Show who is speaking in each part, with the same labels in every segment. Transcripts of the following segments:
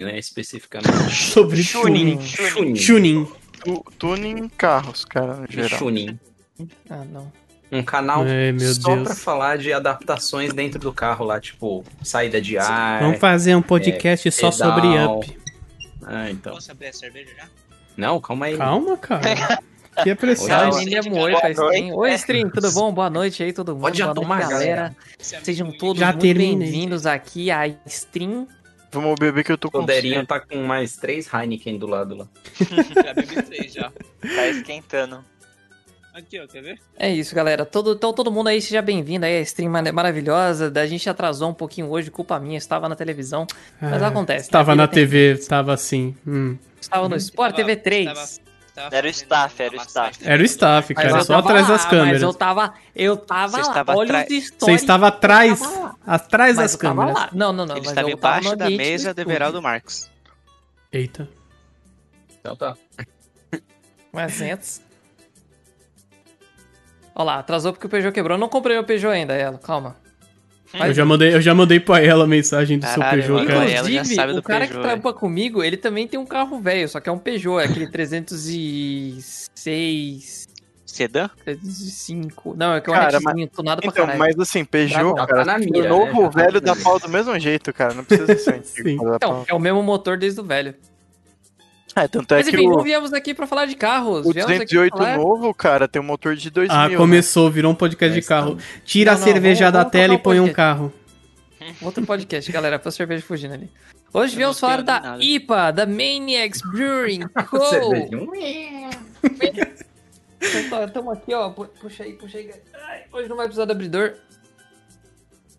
Speaker 1: né? Especificamente.
Speaker 2: Sobre
Speaker 3: Chunin.
Speaker 1: Chunin.
Speaker 2: Chunin. Chunin.
Speaker 3: Tu, tuning em carros, cara, no geral.
Speaker 1: Chunin.
Speaker 2: Ah, não.
Speaker 1: Um canal
Speaker 2: Ai, meu
Speaker 1: só
Speaker 2: Deus.
Speaker 1: pra falar de adaptações dentro do carro lá, tipo, saída de ar.
Speaker 2: Vamos fazer um
Speaker 4: É,
Speaker 2: podcast só
Speaker 1: pedal.
Speaker 2: sobre Up.
Speaker 1: Ah, então.
Speaker 5: Posso abrir a cerveja já?
Speaker 1: Não, calma aí.
Speaker 2: Calama, cara. Que
Speaker 1: Olha
Speaker 2: apressado.
Speaker 1: lá.
Speaker 4: Caralho, ele é moio, faz stream. Oi, stream, tudo bom? Boa noite aí, todo mundo.
Speaker 1: Pode já
Speaker 4: Boa noite,
Speaker 1: tomar,
Speaker 4: galera. Sejam todos
Speaker 2: Já
Speaker 4: muito
Speaker 2: terminei.
Speaker 4: bem-vindos aqui à stream.
Speaker 3: Vamos beber que eu tô
Speaker 1: O
Speaker 3: com
Speaker 1: Derinho
Speaker 3: sede.
Speaker 1: tá com mais três Heineken do lado lá.
Speaker 5: Já bebi três já.
Speaker 6: Tá esquentando.
Speaker 5: Aqui, ó, quer ver?
Speaker 4: É isso, galera. Todo, então, todo mundo aí, seja bem-vindo aí à stream mane- maravilhosa. A gente atrasou um pouquinho hoje, culpa minha, estava na televisão. Mas é acontece.
Speaker 2: É, Estava
Speaker 4: né?
Speaker 2: Ah. na
Speaker 4: A vida
Speaker 2: TV, estava assim. hum.
Speaker 4: tem- Estava no Sport TV 3.
Speaker 5: Tava
Speaker 6: Era o
Speaker 5: fazendo
Speaker 6: staff, era o
Speaker 5: uma
Speaker 6: staff.
Speaker 5: massagem.
Speaker 2: Era o staff,
Speaker 4: Mas
Speaker 2: cara,
Speaker 4: eu
Speaker 2: só
Speaker 4: tava
Speaker 2: atrás
Speaker 4: lá,
Speaker 2: das
Speaker 4: Mas eu
Speaker 2: câmeras.
Speaker 4: tava, eu tava
Speaker 6: Você
Speaker 4: lá.
Speaker 6: estava
Speaker 4: Olha
Speaker 6: atrás-
Speaker 4: os stories.
Speaker 2: Você estava atrás,
Speaker 4: tava lá.
Speaker 2: atrás
Speaker 4: Mas
Speaker 2: das
Speaker 4: eu tava
Speaker 2: câmeras.
Speaker 4: lá. Não, não, não.
Speaker 6: Ele
Speaker 4: mas
Speaker 6: estava
Speaker 4: eu tava no
Speaker 6: embaixo da
Speaker 4: ambiente do
Speaker 6: mesa do
Speaker 4: estúdio.
Speaker 6: Everaldo Marques.
Speaker 2: Eita.
Speaker 1: Então tá.
Speaker 4: Mas antes. Olha lá, atrasou porque o Peugeot quebrou. Eu não comprei meu Peugeot ainda, ela. Calma. Mas-
Speaker 2: Eu já mandei, eu já mandei pra ela a mensagem do
Speaker 6: Caralho,
Speaker 2: seu Peugeot,
Speaker 6: mano,
Speaker 2: cara.
Speaker 6: ela já sabe
Speaker 4: o
Speaker 6: do
Speaker 4: cara que
Speaker 6: Peugeot,
Speaker 4: trampa comigo, ele também tem um carro velho, só que é um Peugeot, é aquele 306,
Speaker 5: é
Speaker 6: Sedã?
Speaker 4: 305. Não, é que é um
Speaker 3: Cara,
Speaker 4: cara, tunado pra
Speaker 3: Então,
Speaker 4: caralho.
Speaker 3: mas assim, Peugeot,
Speaker 4: Tá bom,
Speaker 3: cara,
Speaker 1: tá na
Speaker 3: o
Speaker 1: mira,
Speaker 3: novo
Speaker 1: né? Já tá
Speaker 3: velho
Speaker 1: na
Speaker 3: dá
Speaker 1: mira.
Speaker 3: pau do mesmo jeito, cara. Não precisa ser
Speaker 2: Sim.
Speaker 3: antigo. pra dar
Speaker 4: Então,
Speaker 3: pau.
Speaker 4: é o mesmo motor desde o velho.
Speaker 3: É, tanto é
Speaker 4: Mas
Speaker 3: que
Speaker 4: enfim, não
Speaker 3: o,
Speaker 4: viemos aqui pra falar de carros.
Speaker 3: o
Speaker 4: viemos aqui pra
Speaker 3: 208
Speaker 4: falar-
Speaker 3: novo, cara, tem um motor de 2000.
Speaker 2: Ah,
Speaker 3: né?
Speaker 2: começou, virou um podcast de
Speaker 1: Mas tá.
Speaker 2: carro. Tira
Speaker 4: Não,
Speaker 2: a
Speaker 4: não,
Speaker 2: cerveja
Speaker 4: vamos-
Speaker 2: da
Speaker 4: vamos
Speaker 2: tela e
Speaker 4: tocar o
Speaker 2: põe um
Speaker 4: podcast.
Speaker 2: carro.
Speaker 4: Outro podcast, galera, foi a cerveja fugindo ali. Hoje
Speaker 6: Eu
Speaker 4: viemos
Speaker 6: não
Speaker 4: falar
Speaker 6: tenho
Speaker 4: da
Speaker 6: nada.
Speaker 4: IPA, da Maniacs Brewing
Speaker 1: tá
Speaker 4: Co.
Speaker 1: Cervejinha.
Speaker 4: Estamos Então, aqui, ó. pu- Puxa aí, puxa aí. Ai, hoje não vai precisar do abridor.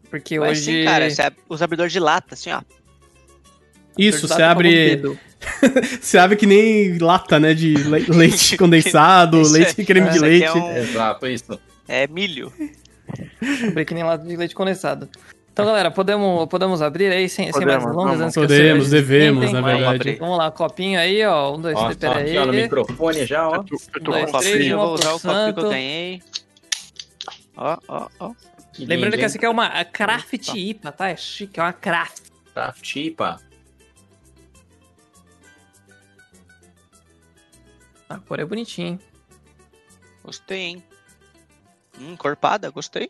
Speaker 4: Porque
Speaker 6: Mas
Speaker 4: hoje.
Speaker 6: sim, cara, você abre os abridores de lata, assim, ó.
Speaker 2: Isso, você
Speaker 4: Abridor
Speaker 6: um
Speaker 4: tá com o
Speaker 2: abre,
Speaker 4: dedo.
Speaker 2: você abre que nem lata, né, de le- leite condensado,
Speaker 6: Isso
Speaker 2: leite creme de
Speaker 6: Isso
Speaker 2: leite.
Speaker 6: aqui é, um-
Speaker 1: Exato, isso.
Speaker 6: é milho.
Speaker 4: Abri que nem lata de leite condensado. Então, galera, podemos, podemos abrir aí sem, sem mais
Speaker 3: Podemos,
Speaker 4: delongas
Speaker 3: vamos.
Speaker 6: um
Speaker 4: antes que as
Speaker 2: Podemos,
Speaker 4: cervejas
Speaker 2: devemos, né,
Speaker 4: esquentem.
Speaker 2: na
Speaker 6: Vamos
Speaker 2: verdade.
Speaker 6: abrir.
Speaker 4: Vamos lá, copinho aí, ó. Um, dois,
Speaker 1: Ó,
Speaker 4: três,
Speaker 1: tô
Speaker 4: pera
Speaker 1: aqui, ó, no
Speaker 4: aí.
Speaker 1: microfone já, ó.
Speaker 3: Eu tô, eu tô
Speaker 4: Dois,
Speaker 3: com
Speaker 6: Dois,
Speaker 3: um
Speaker 4: três,
Speaker 6: três, eu
Speaker 3: papinho.
Speaker 4: uma
Speaker 6: vou usar
Speaker 4: pro
Speaker 6: o copinho que
Speaker 4: santo.
Speaker 6: eu ganhei. Ó, ó, ó.
Speaker 1: Que
Speaker 4: Lembrando
Speaker 1: lindo,
Speaker 4: que essa
Speaker 1: hein?
Speaker 4: aqui é uma craft IPA, tá? É chique, é uma craft.
Speaker 1: Tá, tipa.
Speaker 4: A cor é bonitinha, hein?
Speaker 6: Gostei, hein? Hum, corpada, gostei.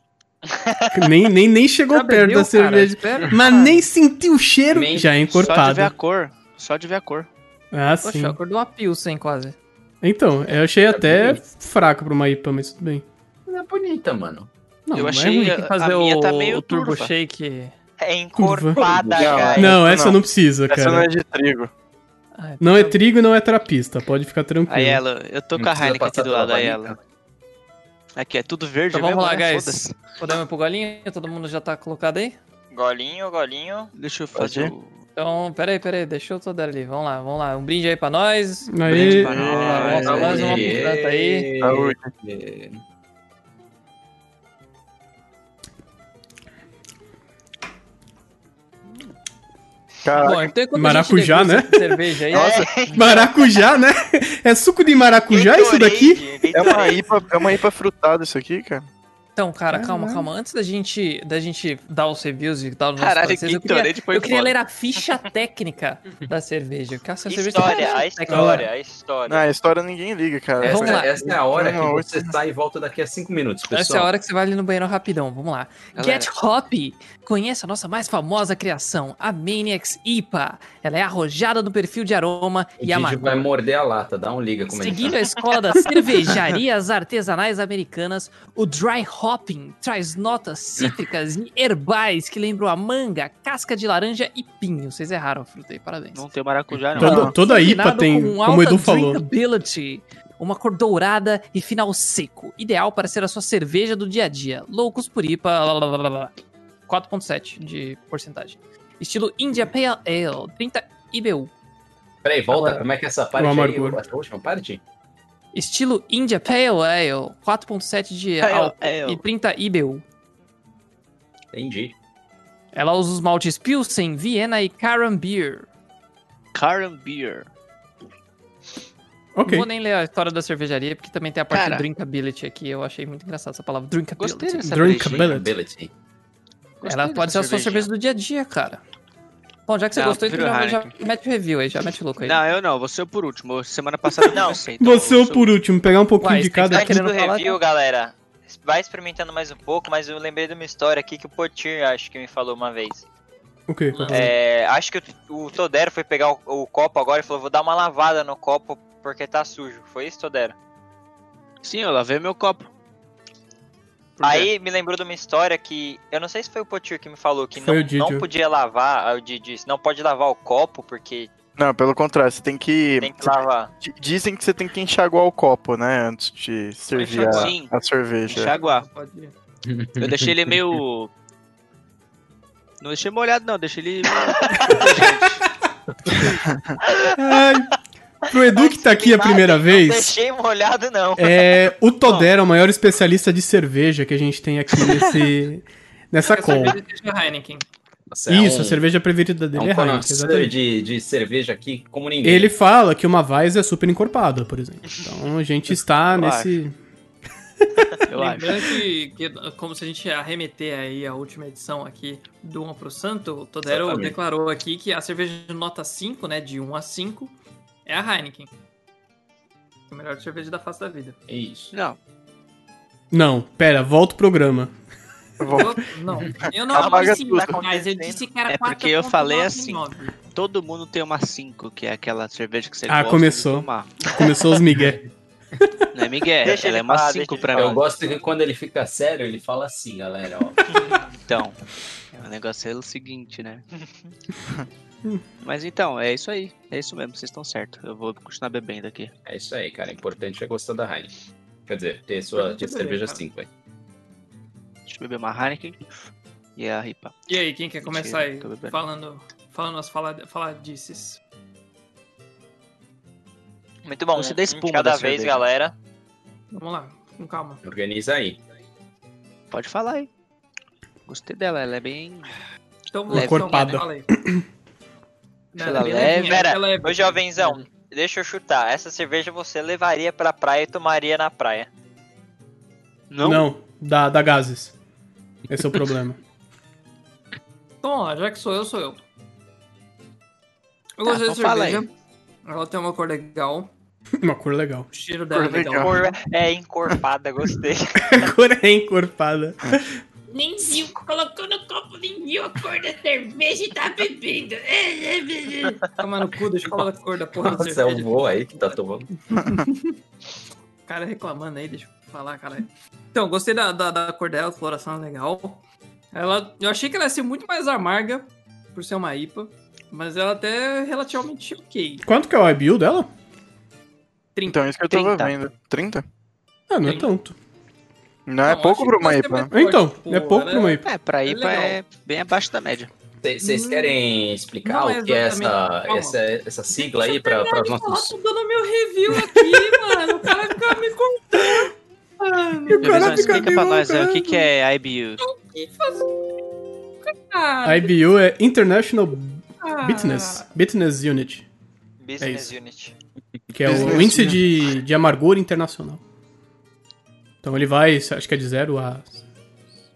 Speaker 2: Nem, nem, nem chegou
Speaker 4: Já
Speaker 2: perto
Speaker 4: bebeu,
Speaker 2: da
Speaker 4: cara?
Speaker 2: cerveja.
Speaker 4: Espera.
Speaker 2: Mas nem sentiu o cheiro.
Speaker 1: Nem-
Speaker 2: Já é
Speaker 6: Só de
Speaker 2: encorpado.
Speaker 6: ver a cor. Só de ver a cor.
Speaker 2: Ah, sim.
Speaker 4: Poxa, a cor de uma Pilsen, quase.
Speaker 2: Então, eu achei até
Speaker 1: bonito.
Speaker 2: fraco pra uma IPA, mas tudo bem.
Speaker 1: Mas é bonita, mano.
Speaker 2: Não,
Speaker 6: Eu
Speaker 2: não é
Speaker 6: achei-
Speaker 2: ruim.
Speaker 6: A- a minha tá meio
Speaker 4: Turbo
Speaker 6: turva.
Speaker 4: Shake.
Speaker 6: É encorpada,
Speaker 3: Não,
Speaker 6: cara.
Speaker 2: Não,
Speaker 3: essa
Speaker 2: essa
Speaker 3: não.
Speaker 2: não, precisa,
Speaker 3: Essa não
Speaker 2: cara.
Speaker 3: é de trigo.
Speaker 4: Ai,
Speaker 2: Não é
Speaker 4: tá-
Speaker 2: trigo e não é trapista, pode ficar tranquilo.
Speaker 6: Aí é ela, eu tô
Speaker 1: Não
Speaker 6: com a
Speaker 1: precisa
Speaker 6: Heineken aqui
Speaker 1: passar
Speaker 6: do
Speaker 1: pela
Speaker 6: lado da
Speaker 1: varinha,
Speaker 6: ela. Aqui é tudo verde
Speaker 4: Então vamos
Speaker 6: mesmo,
Speaker 4: lá,
Speaker 6: né?
Speaker 4: guys.
Speaker 6: Foda-se.
Speaker 4: Podemos ir pro golinho? Todo mundo já tá colocado aí?
Speaker 6: Golinho, golinho. Deixa eu
Speaker 3: Pode
Speaker 6: fazer
Speaker 3: ir?
Speaker 6: o...
Speaker 4: Então, peraí, peraí, deixa eu toda ali. Vamos lá, vamos lá. Um brinde aí pra nós.
Speaker 2: Aí,
Speaker 6: pra
Speaker 4: nós.
Speaker 1: Saúde.
Speaker 4: Mais uma pujança aí.
Speaker 1: É.
Speaker 3: Saúde. Cara,
Speaker 4: Bom, então enquanto
Speaker 2: Maracujá,
Speaker 4: a gente degusta
Speaker 2: né?
Speaker 4: essa cerveja aí.
Speaker 3: Nossa,
Speaker 2: é maracujá, né? É suco de maracujá isso daqui?
Speaker 3: é uma, IPA, é uma IPA frutada isso aqui, cara.
Speaker 4: Então, cara, calma,
Speaker 2: Caralho.
Speaker 4: calma. Antes da gente, da gente dar os reviews e dar os nossos
Speaker 6: Caralho,
Speaker 4: parceiros, eu queria,
Speaker 6: Gatorade foi
Speaker 4: eu queria
Speaker 6: foda.
Speaker 4: ler a ficha técnica da cerveja. Porque a cerveja tem
Speaker 6: História,
Speaker 4: uma
Speaker 6: a
Speaker 4: ficha
Speaker 6: história,
Speaker 4: técnica.
Speaker 6: é a história.
Speaker 3: Não, Ah, a história ninguém liga, cara.
Speaker 4: Vamos
Speaker 1: Essa,
Speaker 4: lá.
Speaker 1: essa é a hora que
Speaker 3: Não,
Speaker 1: você sai e volta daqui a cinco minutos, pessoal.
Speaker 4: Essa é a hora que você vai ali no banheiro rapidão. Vamos lá.
Speaker 6: Galera.
Speaker 4: Get Hop! Conheça a nossa mais famosa criação, a Maniacs IPA. Ela é arrojada no perfil de aroma
Speaker 1: O
Speaker 4: e
Speaker 1: Didi vai
Speaker 4: amargor.
Speaker 1: morder a lata, dá um liga como ele
Speaker 4: Seguindo a escola das cervejarias artesanais americanas, o dry hopping traz notas cítricas e herbais que lembram a manga, casca de laranja e pinho. Vocês erraram, frutei, parabéns.
Speaker 6: Não tem maracujá, não.
Speaker 2: Toda, toda IPA
Speaker 4: Combinado
Speaker 2: tem,
Speaker 4: com um
Speaker 2: como o
Speaker 4: alta
Speaker 2: Edu falou.
Speaker 4: drinkability, Uma cor dourada e final seco. Ideal para ser a sua cerveja do dia a dia. Loucos por IPA. lá, lá, lá, lá, lá. 4,7 de porcentagem. Estilo India Pale Ale, 30 IBU.
Speaker 1: Peraí, volta.
Speaker 4: Agora-
Speaker 1: Como é que é essa parte
Speaker 2: O
Speaker 1: aí?
Speaker 2: amargor.
Speaker 1: A última parte?
Speaker 4: Estilo India Pale Ale, 4,7 de álcool
Speaker 6: É,
Speaker 4: e 30 IBU.
Speaker 1: Entendi.
Speaker 4: Ela usa os maltes Pilsen, Viena e Caram Beer.
Speaker 6: Caram Beer.
Speaker 4: Não
Speaker 2: Ok.
Speaker 4: vou nem ler a história da cervejaria, porque também tem a parte
Speaker 6: Cara.
Speaker 4: do drinkability aqui. Eu achei muito engraçada essa palavra, drinkability.
Speaker 6: Gostei dessa
Speaker 1: Um
Speaker 2: Drinkability.
Speaker 6: cervejinha.
Speaker 1: Ability.
Speaker 6: Gostei
Speaker 4: Ela
Speaker 6: dessa
Speaker 4: pode ser a sua
Speaker 6: cervejinha.
Speaker 4: cerveja do dia a dia, cara.
Speaker 7: Bom, já que você
Speaker 6: Não,
Speaker 7: gostou, então
Speaker 6: prefiro
Speaker 7: já, já
Speaker 6: Heineken.
Speaker 7: mete o review aí, já mete o louco aí.
Speaker 6: Não, eu não, você é o por último. Semana passada eu
Speaker 8: Não.
Speaker 6: comecei. então
Speaker 2: Você
Speaker 6: eu
Speaker 2: ou
Speaker 6: sou-
Speaker 2: por último, pegar um pouquinho
Speaker 7: Uai,
Speaker 2: de
Speaker 7: tem que
Speaker 2: cada.
Speaker 7: dar
Speaker 2: aqui.
Speaker 7: aquele-
Speaker 8: Antes do
Speaker 7: querendo falar,
Speaker 8: review, galera, vai experimentando mais um pouco, mas eu lembrei de uma história aqui que o Potir acho que me falou uma vez.
Speaker 2: O quê?
Speaker 4: Uhum.
Speaker 2: Qual que é?
Speaker 8: É, acho que o, o Todero foi pegar o, o copo agora e falou: vou dar uma lavada no copo porque tá sujo. Foi isso, Todero?
Speaker 6: Sim, eu lavei meu copo. Por quê?
Speaker 8: Aí me lembrou de uma história que. Eu não sei se foi o Potir que me falou que
Speaker 2: Foi
Speaker 8: não,
Speaker 2: o Didio.
Speaker 8: não podia lavar. ah, O Didi disse, não pode lavar o copo porque
Speaker 3: Não, pelo contrário, você tem que.
Speaker 8: tem que lavar.
Speaker 3: D- Dizem que você tem que enxaguar o copo, né? Antes de servir
Speaker 6: enxaguar.
Speaker 3: a-
Speaker 6: Sim.
Speaker 3: a, cerveja.
Speaker 6: Enxaguar.
Speaker 7: Pode ir.
Speaker 6: Eu deixei ele meio. Não deixei molhado, não, deixei ele.
Speaker 2: Ai, pro Edu que tá aqui a primeira
Speaker 8: Não
Speaker 2: vez.
Speaker 8: deixei molhado, não.
Speaker 2: É, o Todero, o maior especialista de cerveja que a gente tem aqui nesse, nessa
Speaker 7: Essa
Speaker 2: call.
Speaker 7: cerveja seja Heineken.
Speaker 1: Nossa, é
Speaker 2: Isso,
Speaker 1: um-
Speaker 2: a cerveja preferida
Speaker 1: É
Speaker 2: dele é,
Speaker 1: um
Speaker 2: Heineken,
Speaker 1: conhecedor
Speaker 2: exatamente.
Speaker 1: de, de cerveja aqui como ninguém.
Speaker 2: Ele fala que uma Weiss é super encorpada, por exemplo. Então a gente está
Speaker 6: Eu
Speaker 2: nesse.
Speaker 6: Eu acho.
Speaker 4: Lembrando que, que, como se a gente arremeter aí a última edição aqui do 1 pro Santo, o Todero
Speaker 1: Exatamente.
Speaker 4: declarou aqui que a cerveja de nota 5, né, de 1 a 5, é a Heineken. é A melhor cerveja da face da vida.
Speaker 1: É Isso.
Speaker 6: Não,
Speaker 2: Não, pera, volta o programa.
Speaker 3: Bom,
Speaker 4: Eu- não, eu não
Speaker 3: Apaga
Speaker 4: disse
Speaker 3: tudo.
Speaker 4: cinco, mas eu disse que era
Speaker 6: É
Speaker 4: 4.99.
Speaker 6: porque eu falei assim. todo mundo tem uma 5, que é aquela cerveja que você
Speaker 2: Ah,
Speaker 6: gosta de
Speaker 2: começou.
Speaker 6: tomar.
Speaker 2: Começou os migué.
Speaker 6: Não é Miguel,
Speaker 8: Deixa
Speaker 6: ela
Speaker 8: ele
Speaker 6: é uma
Speaker 8: falar,
Speaker 6: 5
Speaker 8: deixa
Speaker 6: pra
Speaker 8: ele
Speaker 1: Eu
Speaker 6: mim.
Speaker 1: gosto que quando ele fica sério, ele fala assim, galera. Ó.
Speaker 6: Então, o negócio é o seguinte, né? Mas então, é isso aí. É isso mesmo, vocês estão certos. Eu vou continuar bebendo aqui.
Speaker 1: É isso aí, cara. O importante é gostar da Heineken. Quer dizer, né? ter sua ter cerveja 5, velho.
Speaker 6: Deixa eu beber uma Heineken e a Ripa.
Speaker 4: E aí, quem quer começar
Speaker 6: Mentira, tô
Speaker 4: aí
Speaker 6: bebendo.
Speaker 4: falando, falando as fala- faladices?
Speaker 8: Muito bom.
Speaker 6: Você dá
Speaker 8: um
Speaker 6: espuma
Speaker 8: de cada
Speaker 6: da
Speaker 8: vez,
Speaker 6: cerveja.
Speaker 8: galera.
Speaker 4: Vamos lá, com calma.
Speaker 1: Organiza aí.
Speaker 6: Pode falar aí. Gostei dela, ela é bem.
Speaker 4: Então,
Speaker 6: Leve.
Speaker 4: então,
Speaker 2: Encorpada.
Speaker 4: fala aí. Não, ela
Speaker 6: Ela
Speaker 4: é bem levinha,
Speaker 6: leve.
Speaker 8: Pera,
Speaker 4: ela é
Speaker 8: Ô,
Speaker 4: leve.
Speaker 8: jovenzão, deixa eu chutar. Essa cerveja você levaria pra praia e tomaria na praia.
Speaker 2: Não,
Speaker 6: Não?
Speaker 2: da, da gases. Esse é o problema.
Speaker 4: Então, ó, já que sou eu, sou eu. Eu
Speaker 6: Tá,
Speaker 4: gostei da
Speaker 6: então fala aí.
Speaker 4: cerveja. Ela tem uma cor legal.
Speaker 2: Uma cor legal.
Speaker 4: O cheiro dela é
Speaker 3: Cor
Speaker 4: legal.
Speaker 3: legal.
Speaker 8: Cor- É encorpada, gostei.
Speaker 2: A cor é encorpada.
Speaker 9: Nem viu, colocou no copo, nem viu a cor da cerveja e tá bebendo.
Speaker 4: Toma no cu, deixa eu falar da cor da porra da
Speaker 1: Nossa, é um
Speaker 4: cerveja.
Speaker 1: voo aí que tá tomando.
Speaker 4: O cara reclamando aí, deixa eu falar, cara. Então, gostei da, da, da cor dela, a coloração é legal. Ela, eu achei que ela ia ser muito mais amarga, por ser uma IPA. Mas ela até é relativamente ok.
Speaker 2: Quanto que é o IBU dela?
Speaker 3: então é isso que eu tava
Speaker 6: 30.
Speaker 3: vendo. 30?
Speaker 2: Ah, não é
Speaker 4: Sim.
Speaker 2: tanto.
Speaker 3: Não, é
Speaker 4: Não,
Speaker 3: pouco
Speaker 4: acho
Speaker 3: pra
Speaker 4: que
Speaker 3: uma
Speaker 4: vai ser
Speaker 3: IPA.
Speaker 4: mais-
Speaker 2: Então,
Speaker 4: Pô,
Speaker 2: é pouco
Speaker 4: né?
Speaker 2: pra uma IPA.
Speaker 6: É, pra
Speaker 4: É
Speaker 6: IPA
Speaker 4: legal.
Speaker 6: é bem abaixo da média.
Speaker 1: Cê- Vocês querem explicar
Speaker 4: Hum. Não,
Speaker 1: o que é essa,
Speaker 4: exatamente. Calma.
Speaker 1: essa, essa sigla aí para os nossos.
Speaker 4: tô dando meu review aqui, mano. O cara fica me
Speaker 2: E o
Speaker 6: Jovenzão, explica pra
Speaker 2: meio
Speaker 6: nós aí o que,
Speaker 2: maluco,
Speaker 6: que é IBU.
Speaker 2: né?
Speaker 4: contando.
Speaker 2: IBU é International Business, Business Unit,
Speaker 8: Business
Speaker 2: isso.
Speaker 8: Unit.
Speaker 2: que é o
Speaker 3: Business
Speaker 2: índice de, de amargura internacional. Então ele vai, acho que é de 0 a.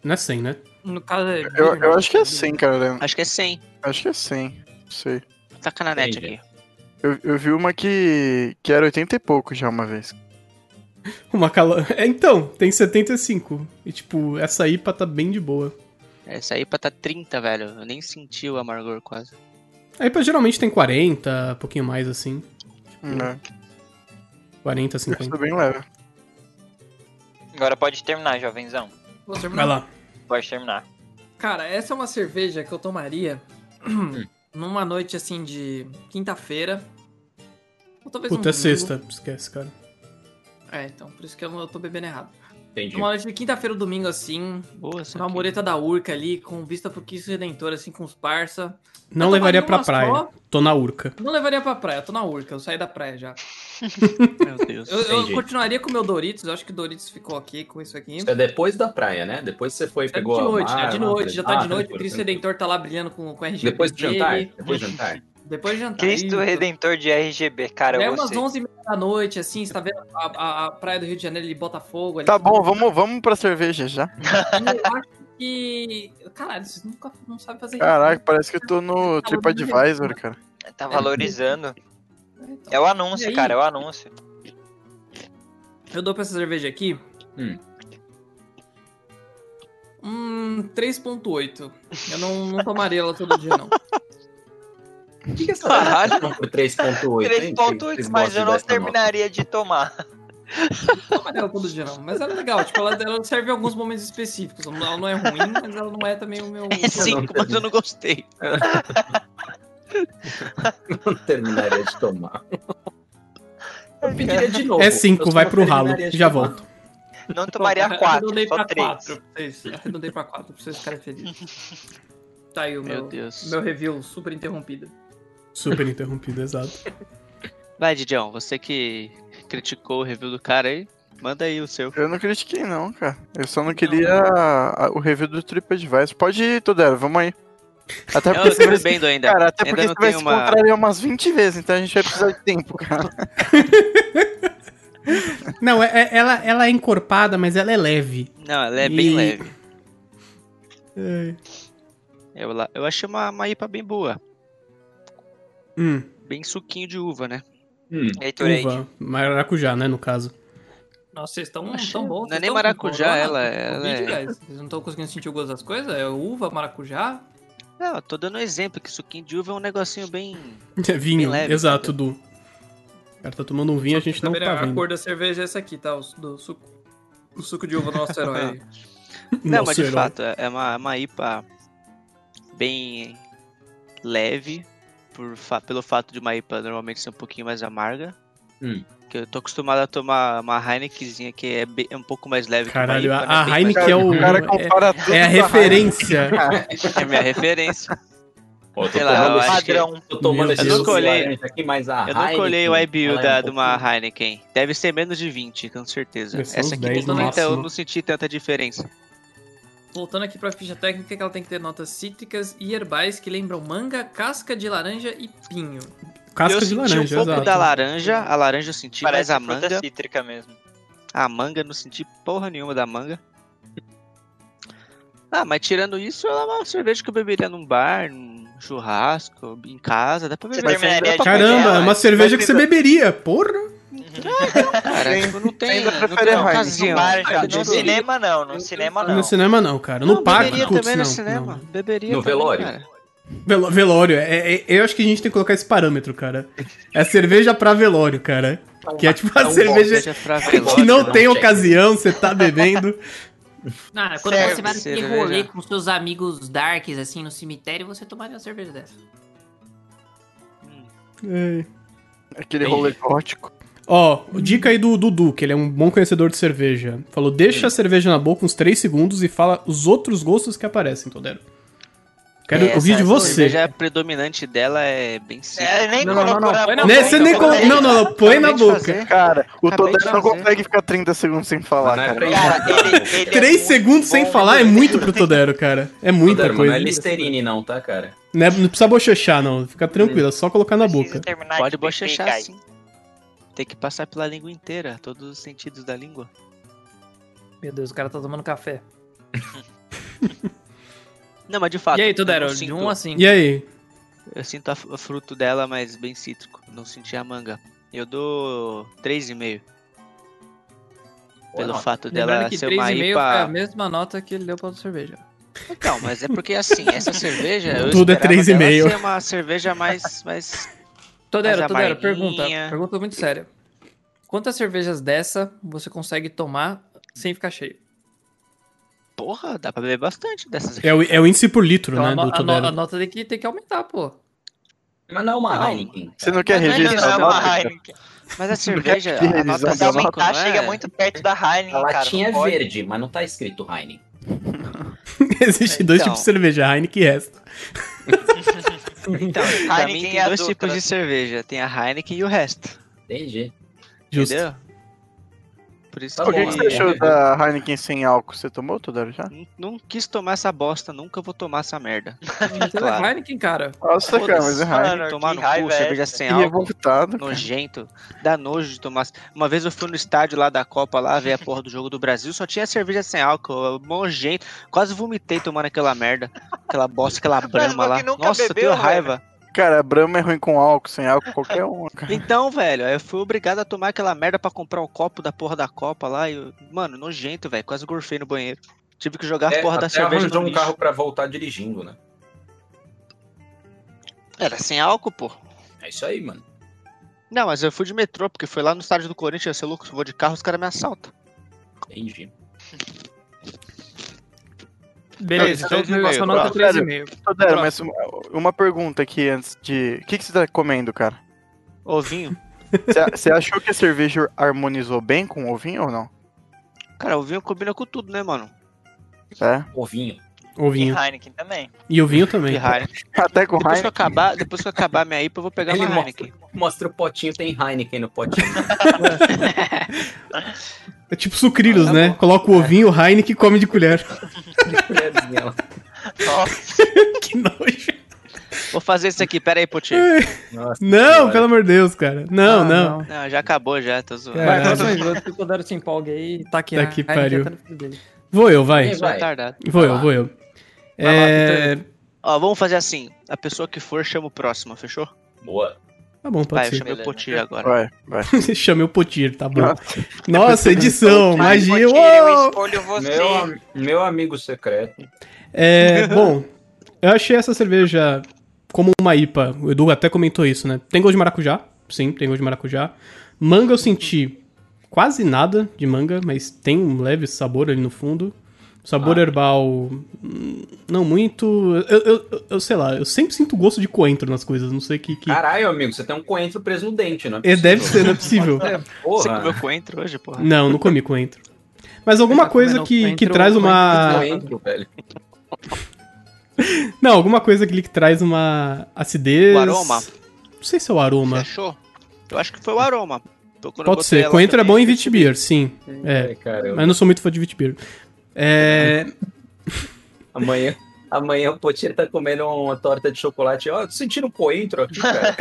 Speaker 2: Não é 100, né?
Speaker 4: No caso é.
Speaker 3: Eu, eu acho que é 100, cara.
Speaker 6: Acho que é 100.
Speaker 3: Acho que é 100. Não sei.
Speaker 6: Taca na net
Speaker 1: Entendi.
Speaker 6: aqui.
Speaker 3: Eu, eu vi uma que, que era 80 e pouco já uma vez.
Speaker 2: Uma calo... É, então, tem 75. E tipo, essa IPA tá bem de boa.
Speaker 6: Essa IPA tá 30, velho. Eu nem senti o amargor quase.
Speaker 2: A IPA geralmente tem 40, pouquinho mais assim.
Speaker 3: Né?
Speaker 2: 40,
Speaker 3: Eu sou
Speaker 2: 50.
Speaker 3: bem leve.
Speaker 8: Agora pode terminar, jovenzão.
Speaker 4: Vou terminar.
Speaker 2: Vai lá.
Speaker 8: Pode terminar.
Speaker 4: Cara, essa é uma cerveja que eu tomaria numa noite assim de quinta-feira. Ou talvez um
Speaker 2: Puta, é
Speaker 4: domingo.
Speaker 2: sexta. Esquece, cara.
Speaker 4: É, então, por isso que eu, não- eu tô bebendo errado.
Speaker 1: Entendi.
Speaker 4: Uma noite de quinta-feira ou domingo, assim,
Speaker 6: Boa, essa
Speaker 4: na
Speaker 6: aqui.
Speaker 4: mureta da Urca ali, com vista pro Cristo Redentor, assim, com os parça.
Speaker 2: Não
Speaker 4: Eu
Speaker 2: levaria
Speaker 4: tomaria
Speaker 2: pra
Speaker 4: uma
Speaker 2: praia.
Speaker 4: só.
Speaker 2: Tô na urca.
Speaker 4: Não levaria pra praia, eu tô na Urca, eu saí da praia já.
Speaker 6: Meu Deus.
Speaker 4: Eu, eu
Speaker 1: Entendi.
Speaker 4: continuaria com o meu Doritos, eu acho que o Doritos ficou ok com isso aqui.
Speaker 1: Isso é depois da praia, né? Depois você foi e
Speaker 4: É de
Speaker 1: pegou a
Speaker 4: noite,
Speaker 1: mar,
Speaker 4: é de
Speaker 1: lá,
Speaker 4: noite, já tá
Speaker 1: ah,
Speaker 4: de noite, o
Speaker 1: tranquilo,
Speaker 4: Cristo
Speaker 1: tranquilo.
Speaker 4: Redentor tá lá brilhando com, com o RGB.
Speaker 1: Depois do jantar?
Speaker 4: dele.
Speaker 1: Depois do jantar.
Speaker 4: Depois do jantar.
Speaker 8: Cristo
Speaker 4: isso.
Speaker 8: Redentor de RGB, cara,
Speaker 4: É
Speaker 8: eu
Speaker 4: umas
Speaker 8: gostei.
Speaker 4: 11 h 30 da noite, assim, você tá vendo
Speaker 8: Tá
Speaker 4: a, a- a praia do Rio de Janeiro e Botafogo ali.
Speaker 3: Tá bom, vamos, vamos pra cerveja já.
Speaker 4: Eu acho E. Caralho, vocês nunca não sabem fazer isso.
Speaker 3: Caraca, parece que eu tô no TripAdvisor, cara.
Speaker 8: Tá valorizando.
Speaker 4: né? Então,
Speaker 8: É o
Speaker 4: E
Speaker 8: anúncio,
Speaker 4: aí?
Speaker 8: cara, é o anúncio.
Speaker 4: Eu dou pra essa cerveja aqui.
Speaker 1: Hum.
Speaker 4: Hum, 3.8. Eu não, não tomaria ela todo dia, não.
Speaker 8: O que, que é essa?
Speaker 1: Por 3.8. hein? Vocês
Speaker 8: 3.8, mas
Speaker 1: gostam
Speaker 8: eu não
Speaker 1: dessa nota?
Speaker 8: terminaria de tomar.
Speaker 4: Não tomaria ela todo dia, não. Mas ela é legal. Tipo, ela, ela serve em alguns momentos específicos. Ela não é ruim, mas ela não é também o meu.
Speaker 6: É cinco, mas eu não gostei.
Speaker 1: Não terminaria de tomar.
Speaker 8: Eu pediria de novo.
Speaker 2: É 5, vai pro ralo. Já volto.
Speaker 8: Não tomaria 4,
Speaker 4: Arredondei
Speaker 8: só
Speaker 4: pra é
Speaker 8: 3.
Speaker 4: 4. Arredondei pra 4, pra vocês ficarem felizes. Tá aí o
Speaker 6: Meu
Speaker 4: meu,
Speaker 6: Deus.
Speaker 4: meu review super interrompido.
Speaker 2: Super interrompido, exato.
Speaker 6: Vai, Didião, você que criticou o review do cara aí, manda aí o seu.
Speaker 3: Eu não critiquei, não, cara. Eu só não queria a- o review do TripAdvisor. Pode ir, Todero, vamos aí. Até
Speaker 6: Eu
Speaker 3: porque
Speaker 6: tô
Speaker 3: você vai se...
Speaker 6: bebendo ainda.
Speaker 3: Cara, até
Speaker 6: É, ainda
Speaker 3: porque
Speaker 6: não
Speaker 3: você vai
Speaker 6: tem
Speaker 3: se
Speaker 6: uma-
Speaker 3: contrariar umas 20 vezes, então a gente vai precisar de tempo, cara.
Speaker 2: Não, é- é- ela, ela é encorpada, mas ela é leve.
Speaker 6: Não, ela é bem
Speaker 2: E-
Speaker 6: leve.
Speaker 2: É.
Speaker 6: Eu, lá- eu achei uma, uma IPA bem boa.
Speaker 2: Hum,
Speaker 6: Bem suquinho de uva, né?
Speaker 1: Hum,
Speaker 8: Gatorade.
Speaker 2: uva. Maracujá, né, no caso.
Speaker 4: Nossa, vocês estão
Speaker 6: Achei-
Speaker 4: tão bons.
Speaker 6: não é
Speaker 4: vocês
Speaker 6: nem
Speaker 4: tão
Speaker 6: maracujá,
Speaker 4: com
Speaker 6: ela-
Speaker 4: com
Speaker 6: ela
Speaker 4: Covid,
Speaker 6: é-
Speaker 4: guys? Vocês não estão conseguindo sentir o gosto das coisas? É uva, maracujá?
Speaker 6: Não, eu tô dando um exemplo que suquinho de uva é um negocinho bem.
Speaker 2: Vinho,
Speaker 6: Bem leve,
Speaker 2: exato, Du. O cara tá tomando um vinho, a gente não
Speaker 4: Também
Speaker 2: tá
Speaker 4: A
Speaker 2: vendo.
Speaker 4: cor da cerveja é essa aqui, tá? O, su- do suco, o suco de uva do nosso herói.
Speaker 6: não, mas de
Speaker 2: herói.
Speaker 6: fato, é uma, é uma IPA bem leve. Por fa- Pelo fato de uma IPA normalmente ser um pouquinho mais amarga.
Speaker 1: Hum.
Speaker 6: Que eu tô acostumado a tomar uma Heinekenzinha que é, be- é um pouco mais leve que
Speaker 2: Caralho,
Speaker 6: uma
Speaker 2: a,
Speaker 6: IPA, né?
Speaker 2: a
Speaker 6: Bem mais
Speaker 2: Heineken
Speaker 6: leve.
Speaker 2: é o...
Speaker 3: O cara
Speaker 2: é-
Speaker 3: compara tudo.
Speaker 2: É a
Speaker 3: da
Speaker 2: referência.
Speaker 6: É minha referência.
Speaker 1: Ó, eu tô
Speaker 6: Sei lá,
Speaker 1: tomando
Speaker 6: eu
Speaker 1: esse
Speaker 6: acho que-
Speaker 1: padrão. Tô tomando
Speaker 2: Meu
Speaker 1: esse
Speaker 6: Deus.
Speaker 1: suco de
Speaker 6: Eu não colhei-
Speaker 1: laranja aqui, mas a
Speaker 6: Eu não colhei o
Speaker 1: Heineken,
Speaker 6: IBU
Speaker 1: ela é
Speaker 6: da,
Speaker 1: um
Speaker 6: de uma
Speaker 1: pouquinho-
Speaker 6: Heineken. Deve ser menos de 20, com certeza.
Speaker 2: Deve ser uns
Speaker 6: Essa aqui
Speaker 2: 10
Speaker 6: com
Speaker 2: no
Speaker 6: 30 eu
Speaker 2: máximo.
Speaker 6: não senti tanta diferença.
Speaker 4: Voltando aqui pra ficha técnica, que ela tem que ter notas cítricas e herbais que lembram manga, casca de laranja e pinho.
Speaker 2: Casca
Speaker 6: eu
Speaker 2: de
Speaker 6: senti
Speaker 2: laranja,
Speaker 6: um pouco
Speaker 2: exato.
Speaker 6: da laranja, a laranja eu senti,
Speaker 8: Parece
Speaker 6: mas a
Speaker 8: fruta
Speaker 6: manga,
Speaker 8: cítrica mesmo.
Speaker 6: a manga eu não senti porra nenhuma da manga. Ah, mas tirando isso, ela é uma cerveja que eu beberia num bar, num churrasco, em casa, dá pra
Speaker 8: Você
Speaker 6: beber.
Speaker 8: terminaria de né?
Speaker 2: Caramba, é
Speaker 8: beber
Speaker 2: uma
Speaker 8: ela?
Speaker 2: cerveja
Speaker 3: mas
Speaker 2: que você
Speaker 3: ainda-
Speaker 2: beberia, porra. é
Speaker 6: Cara, tipo, não tem,
Speaker 3: ainda
Speaker 6: não
Speaker 3: prefere
Speaker 6: tem
Speaker 3: Heineken.
Speaker 8: No
Speaker 6: ocasião.
Speaker 8: um bar,
Speaker 6: Eu
Speaker 8: já. No
Speaker 6: beberia.
Speaker 8: cinema não, no cinema não.
Speaker 2: No cinema não, cara. No
Speaker 6: Não,
Speaker 2: parque,
Speaker 6: beberia
Speaker 2: putz,
Speaker 6: também
Speaker 2: não,
Speaker 6: no cinema.
Speaker 2: não.
Speaker 6: Beberia
Speaker 1: No
Speaker 6: também,
Speaker 1: velório.
Speaker 6: cara.
Speaker 2: Velo- velório, é- é- eu acho que a gente tem que colocar esse parâmetro, cara. É cerveja pra velório, cara. Que é tipo a
Speaker 6: Então,
Speaker 2: cerveja
Speaker 6: seja pra
Speaker 2: que
Speaker 6: velório,
Speaker 2: não
Speaker 6: né?
Speaker 2: tem ocasião, você tá bebendo.
Speaker 10: Ah, quando
Speaker 8: Serve
Speaker 10: você vai naquele
Speaker 6: cerveja.
Speaker 10: rolê com seus amigos darks, assim, no cemitério, você tomaria uma cerveja dessa.
Speaker 2: É.
Speaker 3: Aquele rolê gótico.
Speaker 2: Ó, dica aí do Dudu, que ele é um bom conhecedor de cerveja. Falou, deixa a cerveja na boca uns 3 segundos e fala os outros gostos que aparecem, Todero. Quero
Speaker 8: Essa
Speaker 2: ouvir de
Speaker 6: A
Speaker 2: você.
Speaker 6: cerveja predominante dela é bem simples.
Speaker 8: É, nem
Speaker 3: Não, não,
Speaker 8: colocou
Speaker 3: não,
Speaker 8: na
Speaker 4: não.
Speaker 8: boca.
Speaker 2: Né, você nem
Speaker 8: Eu
Speaker 2: colo-
Speaker 8: falei,
Speaker 2: Não, não, não, põe na
Speaker 6: Acabei de
Speaker 2: boca.
Speaker 6: fazer.
Speaker 3: Cara, o
Speaker 6: Acabei de
Speaker 3: Todero não
Speaker 6: fazer.
Speaker 3: consegue ficar 30 segundos sem
Speaker 1: Mas
Speaker 3: falar,
Speaker 1: não é
Speaker 3: cara.
Speaker 1: pra
Speaker 8: Cara, ele, ele é
Speaker 2: 3
Speaker 8: muito
Speaker 2: segundos
Speaker 8: bom
Speaker 2: sem
Speaker 8: em
Speaker 2: falar é
Speaker 8: beber.
Speaker 2: muito pro Todero, cara. É muita
Speaker 1: Todero, mas
Speaker 2: coisa.
Speaker 1: Não é Listerine não, tá, cara?
Speaker 2: Não, é- não precisa bochechar, não. Fica tranquilo, é só colocar na
Speaker 8: Precisa
Speaker 2: boca.
Speaker 8: terminar
Speaker 6: Pode
Speaker 8: de beber,
Speaker 6: bochechar
Speaker 8: guys.
Speaker 6: sim. Tem que passar pela língua inteira, todos os sentidos da língua.
Speaker 4: Meu Deus, o cara tá tomando café.
Speaker 6: Não, mas de fato.
Speaker 4: e aí,
Speaker 6: eu
Speaker 4: Tudero?
Speaker 6: não
Speaker 4: De
Speaker 6: sinto,
Speaker 4: 1 a 5.
Speaker 2: E aí?
Speaker 6: Eu sinto a, o fruto dela, mas bem cítrico. Não senti a manga. Eu dou 3,5. Pelo
Speaker 1: Boa
Speaker 6: fato dela
Speaker 4: Lembrando que
Speaker 6: ser uma
Speaker 4: 3,5 foi é a
Speaker 6: IPA.
Speaker 4: mesma nota que ele deu pra outra cerveja.
Speaker 6: Não, mas é porque assim, essa cerveja. Eu
Speaker 2: Tudo é
Speaker 6: esperava
Speaker 2: 3,5.
Speaker 6: dela ser uma cerveja mais. mais...
Speaker 4: Todero,
Speaker 6: Mas a
Speaker 4: Todero, pergunta.
Speaker 6: Marguinha-
Speaker 4: Pergunta muito séria. Quantas cervejas dessa você consegue tomar sem ficar cheio?
Speaker 6: Porra, dá pra beber bastante dessas aqui.
Speaker 2: É o, é o índice por litro,
Speaker 4: Então, a,
Speaker 2: né,
Speaker 4: no-
Speaker 2: do
Speaker 4: a no- a
Speaker 2: Todero.
Speaker 4: nota tem que, tem que aumentar, pô.
Speaker 1: Mas não é uma
Speaker 4: Não.
Speaker 1: Heineken.
Speaker 3: Você não quer
Speaker 6: Mas não é
Speaker 8: Não,
Speaker 3: revisar?
Speaker 8: não, é
Speaker 3: não,
Speaker 8: uma
Speaker 3: cara?
Speaker 8: Heineken.
Speaker 6: Mas a cerveja,
Speaker 3: que
Speaker 6: a
Speaker 3: revisão
Speaker 6: nota
Speaker 3: da
Speaker 8: Se
Speaker 6: 5,
Speaker 3: nota?
Speaker 8: aumentar,
Speaker 6: não é?
Speaker 8: tá, chega muito perto da Heineken,
Speaker 1: A
Speaker 8: cara.
Speaker 1: latinha é
Speaker 8: não pode.
Speaker 1: verde, mas não tá escrito Heineken.
Speaker 2: Existem dois
Speaker 6: Então.
Speaker 2: tipos de cerveja, Heineken e esta.
Speaker 6: Então, pra mim
Speaker 8: Heineken
Speaker 6: tem
Speaker 8: é
Speaker 6: dois
Speaker 8: adulta,
Speaker 6: tipos
Speaker 8: né?
Speaker 6: de cerveja. Tem a Heineken e o resto.
Speaker 1: Entendi.
Speaker 2: Justo.
Speaker 6: Entendeu? Por isso
Speaker 1: Tá
Speaker 3: O que,
Speaker 1: bom,
Speaker 3: que
Speaker 1: né?
Speaker 3: você achou da Heineken sem álcool? Você tomou, Todero, já?
Speaker 6: Não, não quis tomar essa bosta, nunca vou tomar essa merda.
Speaker 11: Então
Speaker 6: Claro.
Speaker 11: é Heineken, cara.
Speaker 3: Nossa, cara, mas é Heineken.
Speaker 8: Mano,
Speaker 6: tomar
Speaker 8: que
Speaker 6: no
Speaker 8: raiva
Speaker 6: cu,
Speaker 8: é
Speaker 6: cerveja
Speaker 8: essa?
Speaker 6: sem
Speaker 3: E
Speaker 6: álcool.
Speaker 3: revoltado.
Speaker 6: Nojento, dá nojo de tomar. Uma vez eu fui no estádio lá da Copa, lá ver a porra do jogo do Brasil, só tinha cerveja sem álcool, nojento. Quase vomitei tomando aquela merda, aquela bosta, aquela brama
Speaker 8: mas
Speaker 6: lá.
Speaker 8: que nunca
Speaker 6: Nossa, eu
Speaker 8: bebeu,
Speaker 6: tenho raiva.
Speaker 3: Cara, a Brahma é ruim com álcool, sem álcool, qualquer um, cara.
Speaker 6: Então, velho, eu fui obrigado a tomar aquela merda pra comprar o copo da porra da Copa lá. E, eu- mano, nojento, velho, quase gorfei no banheiro. Tive que jogar a porra da
Speaker 1: até
Speaker 6: cerveja
Speaker 1: arranjou
Speaker 6: no
Speaker 1: um
Speaker 6: lixo.
Speaker 1: carro pra voltar dirigindo, né?
Speaker 6: Era sem álcool, pô.
Speaker 1: É isso aí, mano.
Speaker 6: Não, mas eu fui de metrô, porque foi lá no estádio do Corinthians, eu sei louco, se eu vou de carro, os caras me assaltam.
Speaker 1: Entendi.
Speaker 11: Beleza,
Speaker 6: Não,
Speaker 11: então
Speaker 6: isso é
Speaker 11: a nossa nota
Speaker 6: 13,5,
Speaker 11: é
Speaker 3: claro.
Speaker 11: 3,5.
Speaker 3: Todero, mas uma, uma pergunta aqui antes de. O que, que você tá comendo, cara?
Speaker 6: Ovinho.
Speaker 3: Você- Você achou que a cerveja harmonizou bem com o ovinho ou não?
Speaker 6: Cara, ovinho combina com tudo, né, mano?
Speaker 3: É.
Speaker 1: Ovinho.
Speaker 8: E
Speaker 2: Ovinho.
Speaker 8: Heineken também.
Speaker 2: E o vinho também.
Speaker 6: E Heineken.
Speaker 3: Até com
Speaker 6: Depois que, eu
Speaker 3: Heineken.
Speaker 6: acabar, depois que eu acabar minha IPA, eu vou pegar
Speaker 1: Ele
Speaker 6: uma
Speaker 1: mostra,
Speaker 6: é Heineken.
Speaker 1: mostra o potinho, tem Heineken no potinho.
Speaker 2: É tipo sucrilhos,
Speaker 6: Ah, tá
Speaker 2: né?
Speaker 6: bom.
Speaker 2: Coloca o ovinho, o Heineken e come de colher.
Speaker 8: Nossa,
Speaker 2: que nojo.
Speaker 6: Vou fazer isso aqui, pera aí, Potinho.
Speaker 1: Nossa
Speaker 2: Não,
Speaker 1: senhora.
Speaker 2: pelo amor de Deus, cara. Não,
Speaker 11: Ah,
Speaker 2: não.
Speaker 6: Não, É. já acabou, já, tô zoando.
Speaker 2: Cara,
Speaker 11: Vai,
Speaker 2: Caralho.
Speaker 11: passa um outro que o Codaro se empolga aí e tá aqui.
Speaker 2: Tá
Speaker 11: a
Speaker 2: que
Speaker 11: Heineken
Speaker 2: pariu.
Speaker 11: até no fim dele.
Speaker 2: Vou eu, vai.
Speaker 1: vai.
Speaker 6: Retardado.
Speaker 2: Vou
Speaker 1: Vai
Speaker 2: eu,
Speaker 1: lá.
Speaker 2: vou eu.
Speaker 11: Vai lá,
Speaker 2: É...
Speaker 6: Ó, vamos fazer assim. A pessoa que for, chama o próximo, fechou?
Speaker 1: Boa.
Speaker 2: Tá bom,
Speaker 6: Vai,
Speaker 2: pode
Speaker 6: eu chamei o
Speaker 8: Beleza.
Speaker 6: Potinho agora.
Speaker 3: Vai, vai.
Speaker 2: ser. Chamei o Potir, tá bom. Nossa, edição, magia.
Speaker 8: Potinho, eu
Speaker 2: uou!
Speaker 8: escolho você.
Speaker 1: Meu, am- meu amigo secreto.
Speaker 2: É, bom, eu achei essa cerveja como uma IPA. O Edu até comentou isso, né? Tem gosto de maracujá? Sim, tem gosto de maracujá. Manga eu senti quase nada de manga, mas tem um leve sabor ali no fundo. Sabor
Speaker 11: Ah.
Speaker 2: herbal, hum, não muito. Eu, eu, eu- eu sei lá, eu sempre sinto gosto de coentro nas coisas, não sei o que. que...
Speaker 11: Ah,
Speaker 1: Caralho, amigo, você tem um coentro preso no dente, não é?
Speaker 2: É, deve
Speaker 1: possível.
Speaker 2: ser, não é possível.
Speaker 6: Você
Speaker 1: Porra.
Speaker 6: comeu coentro hoje, porra?
Speaker 2: Não, não comi coentro. Mas alguma
Speaker 11: Tá
Speaker 2: coisa
Speaker 11: comendo
Speaker 2: que, que
Speaker 11: coentro,
Speaker 2: traz uma.
Speaker 1: Coentro, velho.
Speaker 2: Não, alguma coisa que, que traz uma acidez.
Speaker 6: O aroma.
Speaker 2: Não sei se é o aroma.
Speaker 6: Você achou? Eu acho que foi o aroma. Então, quando eu
Speaker 2: Pode
Speaker 6: botei
Speaker 2: ser.
Speaker 6: ela
Speaker 2: Coentro é
Speaker 6: também-
Speaker 2: bom em Vitibir, sim. É.
Speaker 1: É, cara, eu-
Speaker 2: Mas não sou muito fã de Vitibir. É.
Speaker 1: amanhã, amanhã o Potinho tá comendo uma torta de chocolate. Ó, tô sentindo um coentro aqui, cara.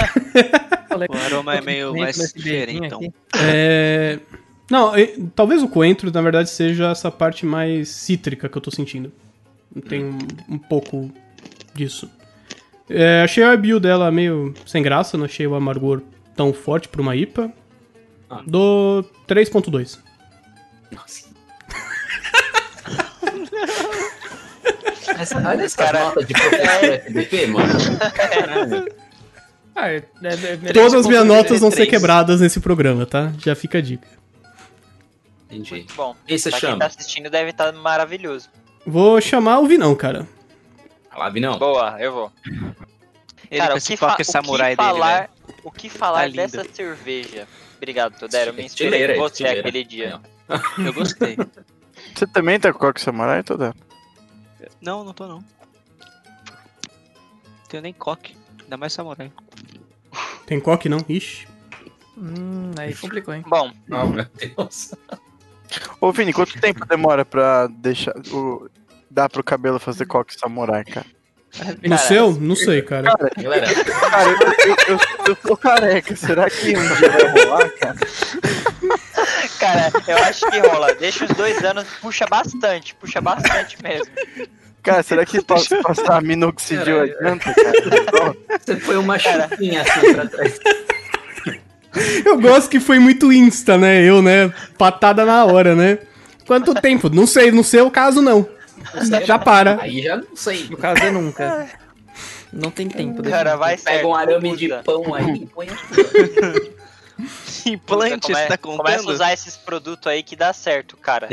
Speaker 11: Falei,
Speaker 6: O aroma é meio
Speaker 11: dentro
Speaker 6: mais
Speaker 11: desse
Speaker 4: né,
Speaker 11: dedinho
Speaker 6: diferentão.
Speaker 8: então.
Speaker 11: aqui.
Speaker 2: é... Não, e- talvez o coentro, na verdade, seja essa parte mais cítrica que eu tô sentindo. Tem um, um pouco disso. É, achei a bio dela meio sem graça, não achei o amargor tão forte pra uma IPA.
Speaker 1: Ah.
Speaker 2: Do 3.2.
Speaker 1: Essa- olha essa nota de professor FDP, mano.
Speaker 11: Ah, é- é- é- merece
Speaker 2: Todas as
Speaker 11: um
Speaker 2: minhas
Speaker 11: ponto de
Speaker 2: notas vão ser
Speaker 6: 3.
Speaker 2: quebradas nesse programa, tá? Já fica a dica.
Speaker 1: Entendi.
Speaker 8: Muito bom.
Speaker 1: Quem você
Speaker 8: Pra quem
Speaker 1: chama?
Speaker 8: tá assistindo deve estar maravilhoso.
Speaker 2: Vou chamar o Vinão, cara.
Speaker 1: Fala, Vinão.
Speaker 8: Boa, eu vou.
Speaker 6: Ele é
Speaker 8: Cara,
Speaker 6: com
Speaker 8: o
Speaker 6: esse
Speaker 8: que,
Speaker 6: toque
Speaker 8: fa- o que
Speaker 6: samurai dele, né?
Speaker 8: falar, o que falar
Speaker 6: Tá lindo.
Speaker 8: dessa cerveja? Obrigado, Todero. Eu Me inspirei
Speaker 1: Estileira,
Speaker 8: com você
Speaker 1: estileira.
Speaker 8: aquele dia.
Speaker 6: velho. Eu gostei.
Speaker 3: Você também tá com coque samurai, Todero?
Speaker 6: Não, não tô não. Tenho nem coque. Ainda mais samurai.
Speaker 2: Tem coque, não? Ixi.
Speaker 11: Hum, aí complicou, hein?
Speaker 8: Bom,
Speaker 1: Oh, meu Deus.
Speaker 3: Ô, Vini, quanto tempo demora pra deixar. O... Dar pro cabelo fazer coque samurai, cara.
Speaker 2: No
Speaker 8: Cara,
Speaker 2: seu? Não sei, cara.
Speaker 1: Galera,
Speaker 3: Cara, eu, eu, eu, eu tô careca. Será que um dia vai rolar, cara?
Speaker 8: cara, eu acho que rola. Deixa os dois anos, puxa bastante, puxa bastante mesmo.
Speaker 3: Cara, será que posso passar minoxidil
Speaker 1: Caralho.
Speaker 3: adianta, cara?
Speaker 1: você foi uma chupinha assim pra trás.
Speaker 2: Eu gosto que foi muito insta, né? Eu, né? Patada na hora, né? Quanto tempo? Não sei, no seu caso não. Já para.
Speaker 1: Aí já não sei.
Speaker 11: No caso é nunca. Não tem tempo. né? deixa
Speaker 8: Cara, vai
Speaker 1: Pega
Speaker 8: É certo.
Speaker 1: um arame de
Speaker 8: usa.
Speaker 1: pão aí e põe
Speaker 6: Implante,
Speaker 8: Come-
Speaker 6: você tá
Speaker 8: Começa a
Speaker 6: contando?
Speaker 8: usar esses produtos aí que dá certo, cara.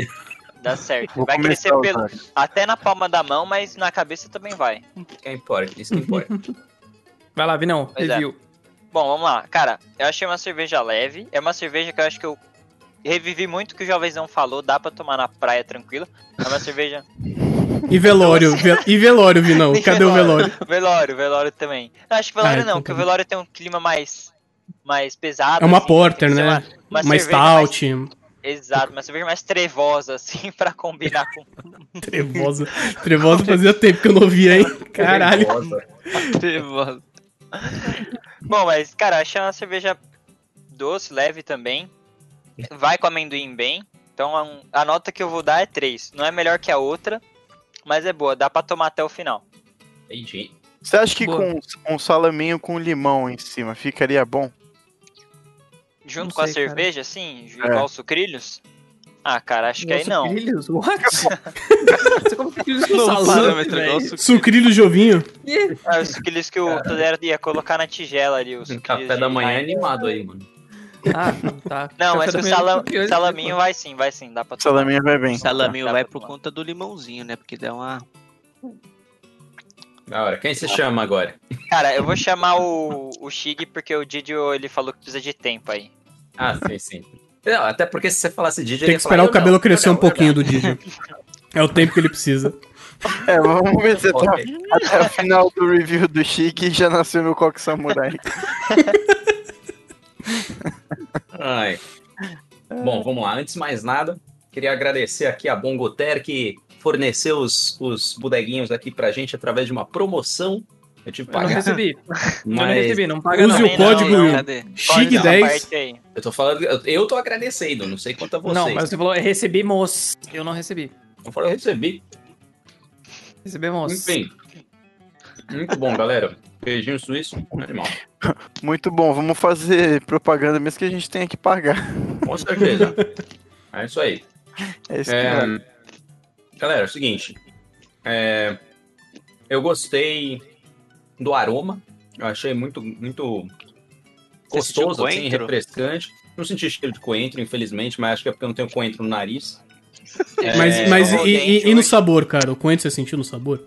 Speaker 8: Dá certo.
Speaker 3: Vou
Speaker 8: vai
Speaker 3: começar
Speaker 8: crescer
Speaker 3: a
Speaker 8: pelo,
Speaker 3: usar.
Speaker 8: até na palma da mão, mas na cabeça também vai.
Speaker 1: Que importa, é isso que importa.
Speaker 11: eu- Vai lá, Vinão,
Speaker 8: Pois é.
Speaker 11: review.
Speaker 8: Bom, vamos lá. Cara, eu achei uma cerveja leve. É uma cerveja que eu acho que eu revivi muito o que o Jovenzão falou. Dá pra tomar na praia tranquilo. É uma cerveja.
Speaker 2: E velório, ve- e velório, Vinão.
Speaker 8: E
Speaker 2: Cadê o velório?
Speaker 8: velório, velório também. Não, acho que velório
Speaker 2: Ah,
Speaker 8: não,
Speaker 2: então
Speaker 8: porque o
Speaker 2: tá bom.
Speaker 8: velório tem um clima mais, mais pesado.
Speaker 2: É uma
Speaker 8: assim, tem que
Speaker 2: porter,
Speaker 8: ser
Speaker 2: né?
Speaker 8: Uma,
Speaker 2: Uma
Speaker 8: cerveja mais-
Speaker 2: stout.
Speaker 8: Exato, uma cerveja mais trevosa, assim, pra combinar com.
Speaker 2: Trevosa. Trevosa fazia tempo que eu não via, hein? Caralho.
Speaker 1: Trevosa.
Speaker 6: Trevosa.
Speaker 8: Bom, mas, cara, eu achei uma cerveja doce, leve também. Vai com amendoim bem. Então é um- a nota que eu vou dar é 3. Não é melhor que a outra, mas é boa, dá pra tomar até o final.
Speaker 1: Entendi.
Speaker 3: Você acha que
Speaker 4: Boa.
Speaker 3: com um salaminho com limão em cima ficaria bom?
Speaker 8: Junto
Speaker 4: Não
Speaker 8: com a
Speaker 4: sei, cara.
Speaker 8: cerveja, assim, igual sucrilhos. Ah, cara, acho que aí não.
Speaker 11: Sucrilhos? What? Você como sucrilhos no
Speaker 6: Novo
Speaker 11: salame,
Speaker 6: parâmetro,
Speaker 11: velho?
Speaker 6: igual o suco.
Speaker 2: Sucrilho de ovinho.
Speaker 11: Ih,
Speaker 8: Ah, os sucrilhos que o Todero ia colocar na tigela ali. Os
Speaker 1: Um
Speaker 8: sucrilhos
Speaker 1: café
Speaker 8: de
Speaker 1: da manhã
Speaker 8: raio.
Speaker 1: animado aí, mano.
Speaker 4: Ah, não, tá.
Speaker 11: Café
Speaker 8: Não, mas
Speaker 11: da
Speaker 8: o
Speaker 11: manhã
Speaker 8: salam,
Speaker 11: do que hoje,
Speaker 8: salaminho
Speaker 11: né,
Speaker 8: vai sim, vai sim, dá pra tomar.
Speaker 3: Salaminho vai bem.
Speaker 6: Salaminho
Speaker 8: Dá
Speaker 6: vai
Speaker 8: pra
Speaker 6: por
Speaker 8: tomar.
Speaker 6: conta do limãozinho, né? Porque dá uma.
Speaker 1: Da hora. Quem se
Speaker 8: Ah.
Speaker 1: chama agora?
Speaker 8: Cara, eu vou chamar o, o Shig porque o Didio ele falou que precisa de tempo aí.
Speaker 1: Ah, sim, sim. Não, até porque se você falasse DJ,
Speaker 2: Tem que esperar o cabelo crescer um pouquinho do Digio. É o tempo que ele precisa.
Speaker 3: É, vamos ver se até,
Speaker 1: Ok.
Speaker 3: até o final do review do Chique já nasceu meu coque samurai.
Speaker 1: Ai. Bom, vamos lá. Antes de mais nada, queria agradecer aqui a Bongoter que forneceu os, os bodeguinhos aqui pra gente através de uma promoção. Eu tive que
Speaker 11: Eu não
Speaker 1: pagar.
Speaker 11: recebi. Eu não
Speaker 1: Mas
Speaker 11: recebi, não paga
Speaker 2: Use
Speaker 11: não.
Speaker 2: o código
Speaker 8: não,
Speaker 6: Cadê?
Speaker 8: Pode dar
Speaker 2: Chig
Speaker 8: uma
Speaker 2: 10.
Speaker 8: parte aí.
Speaker 1: eu tô falando. Eu, eu tô agradecendo, não sei quanto a vocês.
Speaker 11: Não, mas você falou, recebemos. Eu não recebi.
Speaker 1: Eu falei, eu recebi.
Speaker 11: Recebemos.
Speaker 1: Enfim. Muito bom, galera. Beijinho suíço, animal.
Speaker 3: Muito bom, vamos fazer propaganda mesmo que a gente tenha que pagar.
Speaker 1: Com certeza. É isso aí.
Speaker 3: É isso
Speaker 1: É,
Speaker 3: que é.
Speaker 1: Galera, é o seguinte. é, eu gostei do aroma. Eu achei muito, muito
Speaker 6: Você sentiu
Speaker 1: gostoso, assim,
Speaker 6: coentro?
Speaker 1: refrescante. Não senti cheiro de coentro, infelizmente, mas acho que é porque eu não tenho coentro no nariz. É,
Speaker 2: Mas, mas
Speaker 8: eu
Speaker 2: e, e- e no
Speaker 8: hoje.
Speaker 2: sabor, cara? O coentro você sentiu no sabor?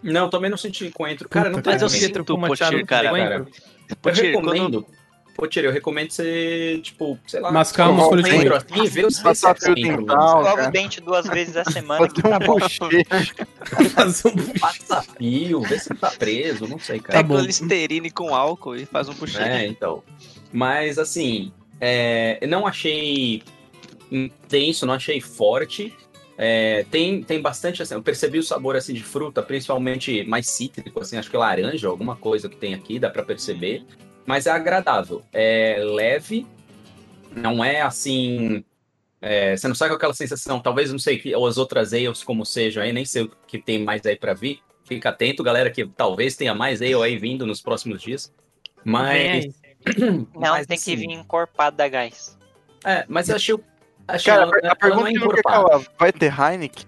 Speaker 1: Não, também não senti coentro. Cara, não
Speaker 2: Puta, é
Speaker 1: tem
Speaker 6: Mas eu
Speaker 11: Coentro
Speaker 1: coentro,
Speaker 6: sinto,
Speaker 11: com manchado
Speaker 6: Potir,
Speaker 11: com
Speaker 6: cara.
Speaker 11: coentro.
Speaker 1: cara. Eu
Speaker 6: Potir, quando
Speaker 1: recomendo. Potir, eu recomendo você, tipo, sei lá.
Speaker 2: Mascar uma
Speaker 1: escovar
Speaker 2: folha
Speaker 1: o
Speaker 2: de
Speaker 1: coentro
Speaker 2: coentro.
Speaker 1: assim e ver os
Speaker 3: Passar fio dental.
Speaker 8: Escova
Speaker 3: cara.
Speaker 8: o dente duas vezes a semana que
Speaker 3: Fazer
Speaker 8: tá
Speaker 3: um
Speaker 8: bom.
Speaker 3: bochecho.
Speaker 2: Fazer um-
Speaker 1: Passa fio, vê se não tá preso, não sei, cara.
Speaker 6: Pega
Speaker 2: bom.
Speaker 6: listerine com álcool e faz um puxinho.
Speaker 1: É, então. Mas assim, é, eu não achei intenso, não achei forte. É, tem, tem bastante assim, eu percebi o sabor assim de fruta, principalmente mais cítrico, assim, acho que laranja, alguma coisa que tem aqui, dá pra perceber. Mas é agradável, é leve, não é assim. é, você não sai com aquela sensação, talvez não sei que ou as outras ales como sejam aí, nem sei o que tem mais aí pra vir. Fica atento, galera, que talvez tenha mais ale aí vindo nos próximos dias.
Speaker 4: Ah, é
Speaker 11: Vem
Speaker 1: Mas
Speaker 11: aí.
Speaker 8: Não,
Speaker 1: mas,
Speaker 8: tem
Speaker 1: assim,
Speaker 8: que vir encorpado da gás.
Speaker 1: É, mas eu achei. o- achei
Speaker 3: Cara,
Speaker 1: ela-
Speaker 3: a
Speaker 1: ela não
Speaker 3: pergunta
Speaker 1: é
Speaker 3: que não quer
Speaker 1: encorpada.
Speaker 3: calar, vai ter Heineken?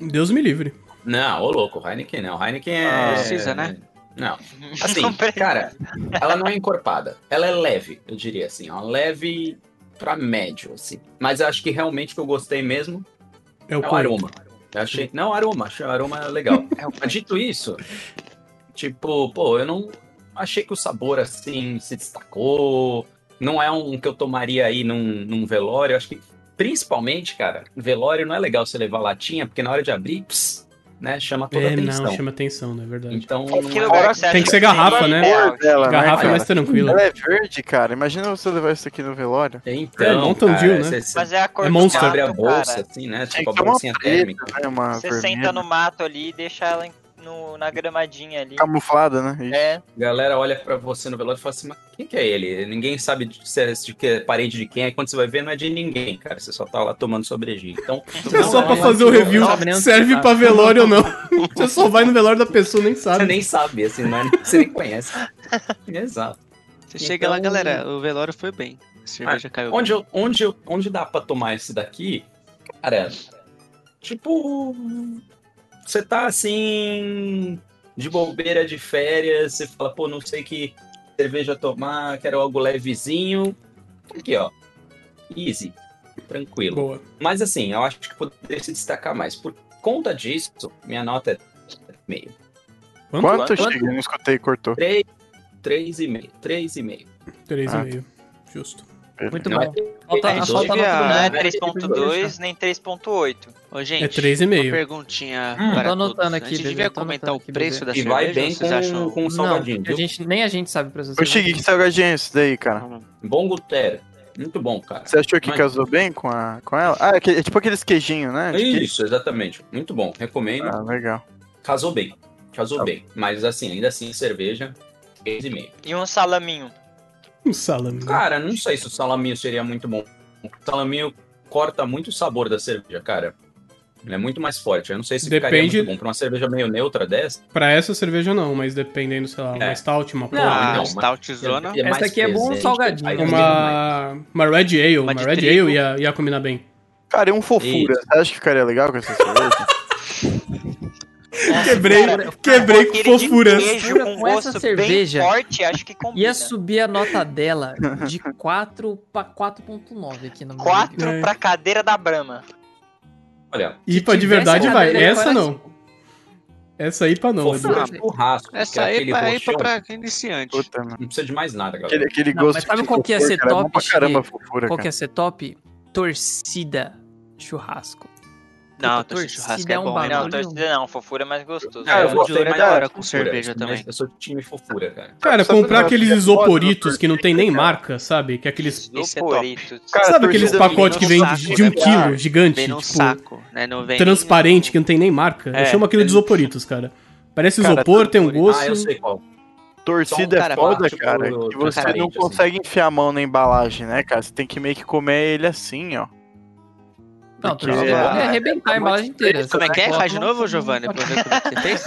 Speaker 2: Deus me livre.
Speaker 1: Não, ô louco, Heineken não. Heineken é.
Speaker 3: Ah,
Speaker 6: precisa, né?
Speaker 1: Não. Assim, cara, ela não é encorpada. Ela é leve, eu diria assim. Ó, leve pra médio, assim. Mas eu acho que realmente o que eu gostei mesmo
Speaker 2: É
Speaker 1: é
Speaker 2: o
Speaker 1: o
Speaker 2: coentro.
Speaker 1: aroma. Eu achei. Não, aroma, achei o aroma legal.
Speaker 2: É
Speaker 1: Mas dito isso, tipo, pô, eu não achei que o sabor assim se destacou. Não é um que eu tomaria aí num, num velório. Acho que, principalmente, cara, velório não é legal você levar latinha, porque na hora de abrir, ps, né, chama toda a
Speaker 2: É,
Speaker 1: atenção.
Speaker 2: não, chama atenção, não é verdade.
Speaker 1: Então,
Speaker 8: Mas que
Speaker 1: não é-
Speaker 8: lugar você
Speaker 2: Tem
Speaker 8: acha
Speaker 2: que ser garrafa, né?
Speaker 8: ideal?
Speaker 3: Dela,
Speaker 2: Garrafa é
Speaker 3: né,
Speaker 2: mais
Speaker 3: cara?
Speaker 2: tranquila.
Speaker 3: Ela é verde, cara. Imagina você levar isso aqui no velório.
Speaker 1: então,
Speaker 2: É, Mountain
Speaker 1: cara,
Speaker 2: Dew, né?
Speaker 1: Você, você
Speaker 8: Mas é a cor
Speaker 2: É
Speaker 8: do
Speaker 2: Monster.
Speaker 8: mato,
Speaker 1: abre a bolsa,
Speaker 8: cara.
Speaker 1: assim, né?
Speaker 3: Tinha
Speaker 1: Tipo, a
Speaker 3: é que ter uma
Speaker 1: bolsinha
Speaker 3: preta,
Speaker 1: térmica.
Speaker 3: né? Uma
Speaker 8: Você
Speaker 3: vermelha.
Speaker 8: senta no mato ali e deixa ela em- no, na gramadinha ali.
Speaker 3: Camuflada, né? Isso.
Speaker 8: É,
Speaker 1: Galera olha pra você no velório e fala assim, mas quem que é ele? Ninguém sabe de, se é, de que é parente de quem. Aí quando você vai ver, não é de ninguém, cara. Você só tá lá tomando sobrejinho. Então,
Speaker 2: É
Speaker 1: não
Speaker 2: só
Speaker 1: é
Speaker 2: pra
Speaker 1: uma
Speaker 2: fazer o
Speaker 1: opção.
Speaker 2: review.
Speaker 11: sabe nem onde
Speaker 2: Serve
Speaker 11: tá.
Speaker 2: pra velório ou não. Você só vai no velório da pessoa, nem
Speaker 1: Você
Speaker 2: sabe.
Speaker 1: nem sabe, assim, não é, você nem conhece. Exato.
Speaker 6: Você chega lá,
Speaker 1: Então-
Speaker 6: galera, o velório foi bem. A cerveja caiu.
Speaker 1: Onde, eu- onde, eu- onde dá pra tomar esse daqui, cara, é, tipo, você tá assim, de bobeira de férias, você fala, pô, não sei que cerveja tomar, quero algo levezinho. Aqui, ó. Easy. Tranquilo.
Speaker 2: Boa.
Speaker 1: Mas assim, eu acho que poderia se destacar mais. Por conta disso, minha nota é meio.
Speaker 2: Quanto?
Speaker 3: Quanto, Chique? Eu não escutei, cortou.
Speaker 1: 3, 3,5. 3,5,5.
Speaker 2: Três e
Speaker 3: Ah.
Speaker 2: meio. Justo.
Speaker 11: Muito
Speaker 1: Não
Speaker 11: bom.
Speaker 1: é
Speaker 4: Falta,
Speaker 1: Gente,
Speaker 4: falta nota
Speaker 6: devia-
Speaker 4: do
Speaker 8: não é
Speaker 4: nada.
Speaker 1: né?
Speaker 8: 3.2 nem 3.8.
Speaker 6: Ô, gente,
Speaker 2: É três e
Speaker 6: uma
Speaker 2: meio.
Speaker 6: perguntinha
Speaker 1: Hum.
Speaker 6: para
Speaker 4: Tô anotando
Speaker 6: todos.
Speaker 4: aqui,
Speaker 6: a gente
Speaker 4: bebê,
Speaker 6: devia
Speaker 4: tô
Speaker 6: comentar
Speaker 4: anotando
Speaker 6: o
Speaker 4: aqui,
Speaker 6: preço
Speaker 4: bebê.
Speaker 6: da
Speaker 1: E
Speaker 6: cerveja,
Speaker 1: vai bem
Speaker 6: vocês
Speaker 1: com,
Speaker 6: acham?
Speaker 4: um
Speaker 1: com o
Speaker 11: Não,
Speaker 1: salgadinho,
Speaker 11: a
Speaker 1: viu?
Speaker 11: gente, nem a gente sabe pra vocês.
Speaker 3: Ô, Chique, que salgadinho é esse daí, cara?
Speaker 1: Bom Gutero. Muito bom, cara.
Speaker 3: Você achou que
Speaker 1: Mas-
Speaker 3: casou bem com, a, com ela? Ah, é, que- é tipo aqueles queijinhos, né? De queijo.
Speaker 1: Isso, exatamente. Muito bom. Recomendo.
Speaker 3: Ah, legal.
Speaker 1: Casou bem. Casou
Speaker 3: Tá.
Speaker 1: bem. Mas assim, ainda assim, cerveja, 3,5.
Speaker 8: E um salaminho.
Speaker 2: Um salame. né?
Speaker 1: Cara, não sei se o salaminho seria muito bom. O salaminho corta muito o sabor da cerveja, cara. Ele é muito mais forte. Eu não sei se
Speaker 2: Depende-
Speaker 1: ficaria muito bom pra uma cerveja meio neutra dessa.
Speaker 2: Pra essa cerveja não, mas dependendo, sei lá, uma
Speaker 1: É.
Speaker 2: stout, uma
Speaker 1: Não,
Speaker 2: porra.
Speaker 6: ah,
Speaker 1: então, mas-
Speaker 6: stoutzona.
Speaker 1: Ele é
Speaker 11: Essa
Speaker 1: mais
Speaker 11: aqui é bom
Speaker 1: presente,
Speaker 11: salgadinho.
Speaker 1: aí eu gosto mais.
Speaker 2: Uma, uma Red Ale, uma,
Speaker 6: Uma de
Speaker 2: Red
Speaker 6: trigo.
Speaker 2: Ale ia, ia combinar bem.
Speaker 3: Cara, e um fofura?
Speaker 1: Isso.
Speaker 3: Você acha que ficaria legal com essa cerveja?
Speaker 2: Quebrei, quebrei com
Speaker 8: Aquele de
Speaker 2: fofura.
Speaker 8: queijo
Speaker 4: Fofura
Speaker 8: com
Speaker 4: com essa
Speaker 8: gosto
Speaker 4: cerveja. é
Speaker 8: bem forte, acho que combina.
Speaker 4: Ia subir a nota dela de 4 pra 4.9 aqui no meu review.
Speaker 2: É.
Speaker 8: 4 pra cadeira da Brahma.
Speaker 1: Olha,
Speaker 2: IPA de
Speaker 4: tivesse
Speaker 2: verdade
Speaker 4: uma
Speaker 2: vai.
Speaker 4: dele,
Speaker 2: Essa
Speaker 4: parece-
Speaker 2: não. Essa IPA não. é
Speaker 1: fofura
Speaker 6: não.
Speaker 1: de churrasco. que
Speaker 6: Essa
Speaker 1: é
Speaker 6: aí
Speaker 1: aquele
Speaker 6: pra, aí
Speaker 1: roxão,
Speaker 6: pra iniciante.
Speaker 3: Puta, mano.
Speaker 1: Não precisa de mais nada, galera.
Speaker 3: Aquele, aquele
Speaker 4: Não,
Speaker 3: gosto
Speaker 4: mas sabe
Speaker 3: de
Speaker 4: qual que ia
Speaker 3: fofura,
Speaker 4: ser
Speaker 3: cara, é bom
Speaker 4: top,
Speaker 3: pra caramba,
Speaker 4: Chique?
Speaker 3: fofura,
Speaker 4: Qual
Speaker 3: cara.
Speaker 4: que ia ser top? Torcida churrasco.
Speaker 6: Não,
Speaker 4: Puta,
Speaker 6: torcida de churrasco
Speaker 4: torcida
Speaker 6: é
Speaker 4: é um
Speaker 6: bom. né?
Speaker 4: bagulho.
Speaker 8: Não, torcida não, fofura é mais gostoso.
Speaker 1: Cara,
Speaker 6: Ah, eu
Speaker 1: gostei
Speaker 6: juro,
Speaker 1: mais
Speaker 6: é da hora
Speaker 1: das
Speaker 6: com
Speaker 1: fofuras,
Speaker 6: cerveja
Speaker 1: mas
Speaker 6: também.
Speaker 1: Eu sou time fofura, cara.
Speaker 2: Cara,
Speaker 3: Sabe
Speaker 2: comprar
Speaker 3: pra-
Speaker 2: aqueles
Speaker 3: é foda,
Speaker 2: isoporitos
Speaker 3: doutor.
Speaker 2: que não tem nem
Speaker 3: Cara.
Speaker 2: marca, sabe? Que é aqueles.
Speaker 6: Esse é
Speaker 8: Isoporitos.
Speaker 3: Cara,
Speaker 2: sabe aqueles
Speaker 3: torcida
Speaker 2: pacotes que
Speaker 6: vem
Speaker 2: vem
Speaker 6: num
Speaker 2: de,
Speaker 6: saco,
Speaker 2: de um
Speaker 6: né?
Speaker 2: quilo, gigante,
Speaker 6: Vem num
Speaker 2: tipo,
Speaker 6: saco, né? Não vem
Speaker 2: transparente, que não tem nem marca? Eu
Speaker 6: É,
Speaker 2: chamo aquilo de
Speaker 6: ele-
Speaker 2: isoporitos, cara. Parece
Speaker 3: Cara,
Speaker 2: isopor, tem um
Speaker 6: isoporitos.
Speaker 2: gosto.
Speaker 1: Ah, eu sei qual.
Speaker 3: Torcida
Speaker 6: Só um cara
Speaker 3: é foda,
Speaker 1: baixo
Speaker 3: cara,
Speaker 1: pro-
Speaker 3: que você
Speaker 1: transparente,
Speaker 3: não
Speaker 1: assim.
Speaker 3: consegue enfiar a mão na embalagem, né, cara? Você tem que meio que comer ele assim, ó.
Speaker 4: Não,
Speaker 3: Porque-
Speaker 4: torcida
Speaker 3: Ah,
Speaker 4: é arrebentar a embalagem inteira.
Speaker 6: Como é que é?
Speaker 4: Você
Speaker 6: Faz de
Speaker 4: coloca-
Speaker 6: novo, Giovanni? Pra eu ver como é que fez.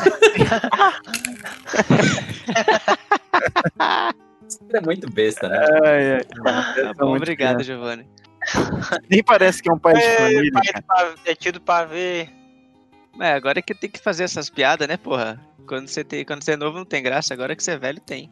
Speaker 1: É muito besta, né?
Speaker 3: Ai, ai,
Speaker 6: Tá bom, Obrigado, Giovanni.
Speaker 3: Nem parece que é um pai de família.
Speaker 8: pai
Speaker 3: cara.
Speaker 8: do pavê- É tido pra ver.
Speaker 6: É, agora é que tem que fazer essas piadas, né, porra? Quando você, tem, quando você é novo não tem graça, agora que você é velho tem.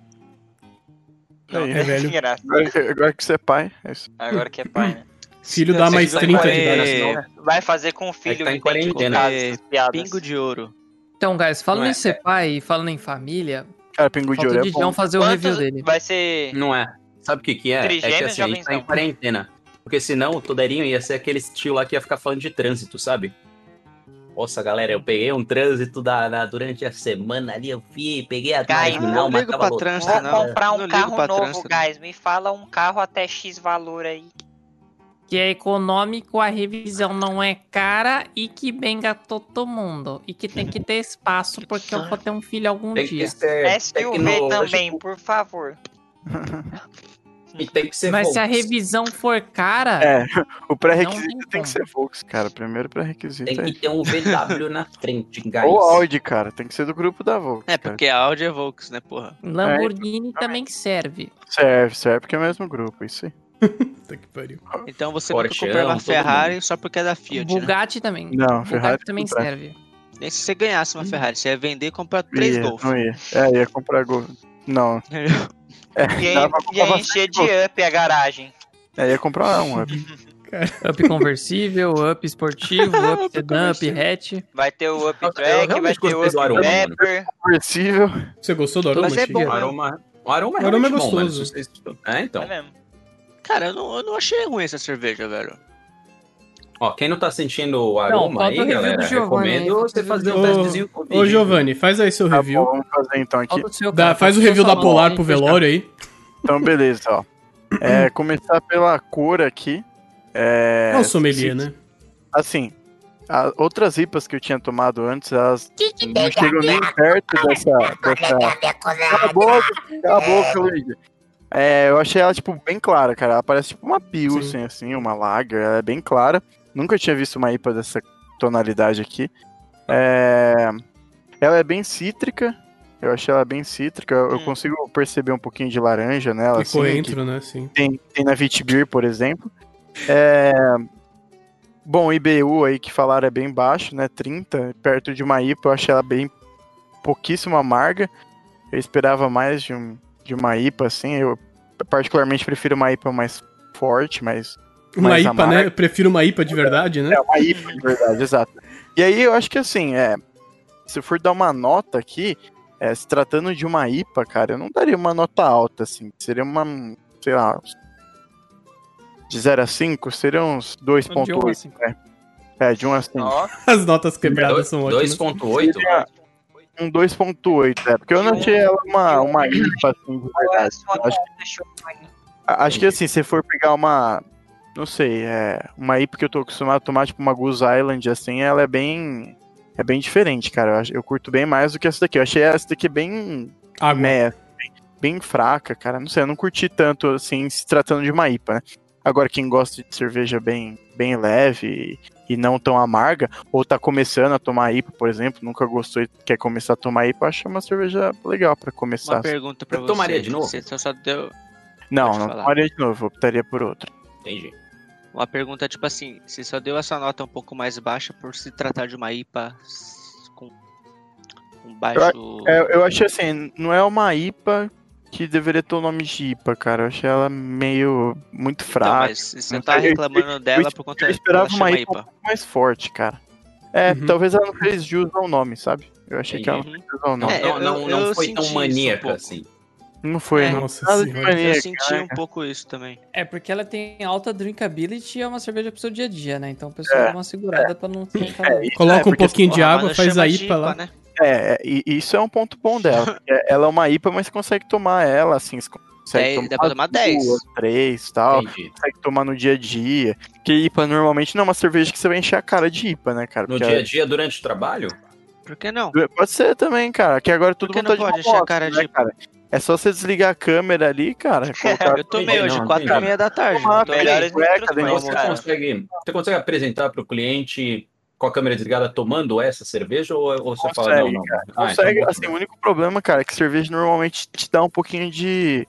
Speaker 3: Aí,
Speaker 2: É velho.
Speaker 8: Engraçado.
Speaker 3: Agora, que- agora que você é pai, é isso.
Speaker 8: Agora que é pai, né?
Speaker 2: Filho dá mais
Speaker 6: Você é,
Speaker 2: 30 de
Speaker 6: vai-
Speaker 2: idade,
Speaker 8: Vai fazer com o filho um
Speaker 1: É que tá em
Speaker 8: que tem que
Speaker 1: quarentena.
Speaker 8: contar essas piadas.
Speaker 6: Pingo de ouro.
Speaker 4: Então, guys, falando
Speaker 1: Não é,
Speaker 4: em ser pai e falando em família,
Speaker 3: Cara, pingo de
Speaker 4: falta
Speaker 3: ouro
Speaker 4: o
Speaker 3: é bom.
Speaker 4: Didião fazer o review
Speaker 8: Quantos
Speaker 4: dele.
Speaker 8: vai ser...
Speaker 1: Não é. Sabe o que que é? é que
Speaker 8: Trigêmeos
Speaker 1: assim, a gente tá em
Speaker 8: jovenzão.
Speaker 1: quarentena. Porque senão o Toderinho ia ser aquele tio lá que ia ficar falando de trânsito, sabe? Nossa, galera, eu peguei um trânsito da, da- durante a semana ali, eu fui, peguei a
Speaker 8: Cara,
Speaker 1: tarde,
Speaker 8: eu
Speaker 1: não,
Speaker 6: não
Speaker 1: mas
Speaker 6: ligo
Speaker 1: tava
Speaker 6: pra trânsito,
Speaker 1: lotado.
Speaker 8: Vou comprar
Speaker 6: não
Speaker 8: um
Speaker 6: ligo
Speaker 8: carro
Speaker 6: pra
Speaker 8: novo,
Speaker 6: trânsito, não.
Speaker 8: guys. Me fala um carro até X valor aí.
Speaker 4: Que é econômico, a revisão não é cara e que benga todo mundo. E que tem que ter espaço, porque eu vou ter um filho algum
Speaker 1: Tem
Speaker 4: dia.
Speaker 1: É, que ser
Speaker 8: SUV
Speaker 1: tecnológico
Speaker 8: também, por favor.
Speaker 1: e tem que ser
Speaker 4: Mas se a
Speaker 1: Volks.
Speaker 4: revisão for cara,
Speaker 3: É, o
Speaker 4: Não tem
Speaker 3: pré-requisito tem
Speaker 4: como.
Speaker 3: que ser Volks, cara. Primeiro pré-requisito
Speaker 1: Tem
Speaker 3: é.
Speaker 1: que ter um VW na frente, guys.
Speaker 3: Ou Audi, cara. Tem que ser do grupo da Volks.
Speaker 6: É,
Speaker 3: cara.
Speaker 6: porque a Audi é Volks, né, porra?
Speaker 4: Lamborghini também serve.
Speaker 3: Serve, serve porque é o mesmo grupo, isso aí.
Speaker 2: Puta que pariu.
Speaker 6: Então você nunca
Speaker 1: Porsche,
Speaker 6: comprar uma
Speaker 1: todo
Speaker 6: Ferrari só porque é da Fiat, né?
Speaker 4: Bugatti também.
Speaker 3: Não, Ferrari é
Speaker 4: Bugatti também
Speaker 3: não dá.
Speaker 4: serve.
Speaker 6: Nem se você ganhasse uma Ferrari, você ia vender e comprar três
Speaker 3: ia,
Speaker 6: Golf.
Speaker 3: Não ia. É, ia comprar Golf. Não,
Speaker 8: E aí,
Speaker 3: Dá pra
Speaker 8: e aí
Speaker 3: comprar
Speaker 8: encher de up a garagem.
Speaker 3: é, ia comprar um. é.
Speaker 4: Up conversível, up esportivo, up sedã, up
Speaker 6: conversível.
Speaker 4: hatch.
Speaker 8: Vai ter o up
Speaker 1: Eu
Speaker 8: track,
Speaker 1: realmente
Speaker 8: vai
Speaker 1: gostei
Speaker 8: ter o
Speaker 1: do
Speaker 8: up
Speaker 1: aroma, mano.
Speaker 8: pepper.
Speaker 3: Conversível.
Speaker 2: Você gostou do aroma?
Speaker 6: Mas é bom,
Speaker 1: O
Speaker 2: Chiquinha?
Speaker 1: aroma, o aroma,
Speaker 2: O aroma é
Speaker 1: realmente bom,
Speaker 2: gostoso.
Speaker 1: mano, se vocês- É,
Speaker 8: É
Speaker 1: então.
Speaker 8: mesmo.
Speaker 6: Cara, eu não, eu não achei ruim essa cerveja, velho.
Speaker 1: Ó, quem não tá sentindo o aroma
Speaker 4: falta o
Speaker 1: aí,
Speaker 4: review do
Speaker 1: galera,
Speaker 4: Giovanni,
Speaker 1: recomendo
Speaker 4: hein?
Speaker 1: você fazer um
Speaker 2: Ô,
Speaker 1: testezinho com o
Speaker 2: Ô,
Speaker 1: vídeo.
Speaker 2: Giovanni, faz aí seu
Speaker 3: Tá bom,
Speaker 2: review.
Speaker 3: vamos fazer então aqui.
Speaker 4: Fala do seu,
Speaker 2: Dá-
Speaker 4: cara,
Speaker 2: faz o
Speaker 4: fala do
Speaker 2: review
Speaker 4: seu
Speaker 2: da
Speaker 4: salão,
Speaker 2: Polar
Speaker 4: hein,
Speaker 2: pro
Speaker 4: fechado.
Speaker 2: velório aí.
Speaker 3: Então, beleza, ó. É, começar pela cor aqui. É,
Speaker 2: É um sommelier, né?
Speaker 3: Assim, a- outras IPAs que eu tinha tomado antes, elas não chegam nem perto dessa. dessa... Cala a boca, cala a boca, Luigi. É, eu achei ela, tipo, bem clara, cara. Ela parece tipo uma Pilsen, assim, uma Lager. Ela é bem clara. Nunca tinha visto uma IPA dessa tonalidade aqui. É, Ela é bem cítrica. Eu achei ela bem cítrica. Eu, eu
Speaker 8: Hum.
Speaker 3: consigo perceber um pouquinho de laranja nela,
Speaker 2: E
Speaker 3: assim. que-
Speaker 2: coentro, né? Sim.
Speaker 3: tem, tem na Vitbeer, por exemplo. É, Bom, o IBU aí que falaram é bem baixo, né? 30, perto de uma IPA, eu achei ela bem pouquíssimo amarga. Eu esperava mais de, um, de uma IPA, assim. Eu particularmente prefiro uma IPA mais forte, mais.
Speaker 2: Uma
Speaker 3: Mas
Speaker 2: IPA,
Speaker 3: amarga.
Speaker 2: né? Eu prefiro uma IPA de verdade, né?
Speaker 3: É, uma IPA de verdade, exato. E aí eu acho que assim, é. Se eu for dar uma nota aqui, é, se tratando de uma IPA, cara, eu não daria uma nota alta, assim. Seria uma. Sei lá. De 0 a 5, seria uns 2,8. né? É, de 1 a 5.
Speaker 8: Ó,
Speaker 2: As notas quebradas
Speaker 1: Dois-
Speaker 2: são ótimas.
Speaker 1: 2.8?
Speaker 3: Um 2,8, é. Porque eu não achei ela uma, uma IPA, assim, de verdade.
Speaker 8: sua nota,
Speaker 3: acho
Speaker 8: Giovanni?
Speaker 3: A- Acho que assim, se for pegar uma. Não sei, é. Uma IPA que eu tô acostumado a tomar, tipo uma Goose Island, assim, ela é bem. É bem diferente, cara. Eu, acho- eu curto bem mais do que essa daqui. Eu achei essa daqui bem.
Speaker 2: Água.
Speaker 3: Né, bem- bem fraca, cara. Não sei, eu não curti tanto, assim, se tratando de uma IPA, né? Agora, quem gosta de cerveja bem, bem leve e, e não tão amarga, ou tá começando a tomar IPA, por exemplo, nunca gostou e quer começar a tomar IPA, acha uma cerveja legal pra
Speaker 6: Uma
Speaker 3: começar.
Speaker 6: pergunta pra
Speaker 1: Eu
Speaker 6: você.
Speaker 1: tomaria de novo?
Speaker 6: Você só só deu
Speaker 3: Não,
Speaker 6: pode
Speaker 3: não
Speaker 6: falar.
Speaker 3: tomaria de novo, eu optaria por outra.
Speaker 1: Entendi.
Speaker 6: uma pergunta, tipo assim, você só deu essa nota um pouco mais baixa por se tratar de uma IPA s- com um baixo...
Speaker 3: É, eu achei assim, não é uma IPA que deveria ter o nome de IPA, cara. Eu achei ela meio muito
Speaker 6: Então,
Speaker 3: fraca,
Speaker 6: mas você
Speaker 3: não
Speaker 6: tá
Speaker 3: sei, eu-
Speaker 6: reclamando dela por conta
Speaker 3: eu esperava uma IPA, mais forte, cara. É,
Speaker 2: Uhum.
Speaker 3: talvez ela não fez jus ao nome, sabe? Eu achei que ela não
Speaker 6: Uhum.
Speaker 3: fez jus ao
Speaker 1: Não,
Speaker 3: nome.
Speaker 6: É,
Speaker 1: não,
Speaker 6: eu-
Speaker 1: não, não
Speaker 6: eu
Speaker 1: foi tão
Speaker 6: senti isso um
Speaker 1: maníaca
Speaker 6: pouco.
Speaker 1: assim.
Speaker 3: Não foi,
Speaker 6: É.
Speaker 3: não.
Speaker 2: Nossa
Speaker 3: Nada de
Speaker 2: senhora.
Speaker 3: mania,
Speaker 6: Eu senti
Speaker 3: cara.
Speaker 6: um pouco isso também.
Speaker 4: É porque ela tem alta drinkability e é uma cerveja pro seu dia a dia, né? Então o pessoal dá uma segurada pra não tentar.
Speaker 2: Coloca
Speaker 3: É, porque,
Speaker 2: um pouquinho de
Speaker 6: Porra,
Speaker 2: água,
Speaker 6: mas
Speaker 2: faz
Speaker 6: chama
Speaker 2: a
Speaker 6: de
Speaker 2: IPA lá.
Speaker 6: né?
Speaker 3: É, é, e e isso é um ponto bom dela. porque Ela é uma IPA, mas você consegue tomar ela, assim, você consegue
Speaker 6: Dez,
Speaker 3: tomar
Speaker 6: É, dá pra tomar dez.
Speaker 3: duas, três e tal.
Speaker 1: Entendi.
Speaker 3: Consegue tomar no dia a dia. Porque IPA normalmente não é uma cerveja que você vai encher a cara de IPA, né, cara?
Speaker 1: No
Speaker 3: Porque
Speaker 1: dia a dia, durante o trabalho?
Speaker 6: Por que não?
Speaker 3: Pode ser também, cara. Que agora todo
Speaker 6: Por que
Speaker 3: mundo tá
Speaker 6: não
Speaker 3: de
Speaker 6: pode
Speaker 3: moto,
Speaker 6: achar a cara
Speaker 3: né,
Speaker 6: de-
Speaker 3: cara? É só você desligar a câmera ali, cara. Colocar assim,
Speaker 6: Eu tomei
Speaker 1: Não,
Speaker 6: hoje,
Speaker 1: não,
Speaker 6: 4 e
Speaker 1: cara.
Speaker 6: meia da tarde. então
Speaker 3: Tomar,
Speaker 6: Tomei.
Speaker 8: melhores
Speaker 3: cueca
Speaker 8: instruções,
Speaker 3: dentro
Speaker 1: Mas
Speaker 3: do
Speaker 1: você
Speaker 8: cara.
Speaker 1: consegue, você consegue apresentar para o cliente com a câmera desligada tomando essa cerveja ou, ou você fala não,
Speaker 3: Consegue,
Speaker 1: não? Ah, então
Speaker 3: Consegue,
Speaker 1: vou-
Speaker 3: assim, o único problema, cara, é que cerveja normalmente te dá um pouquinho de.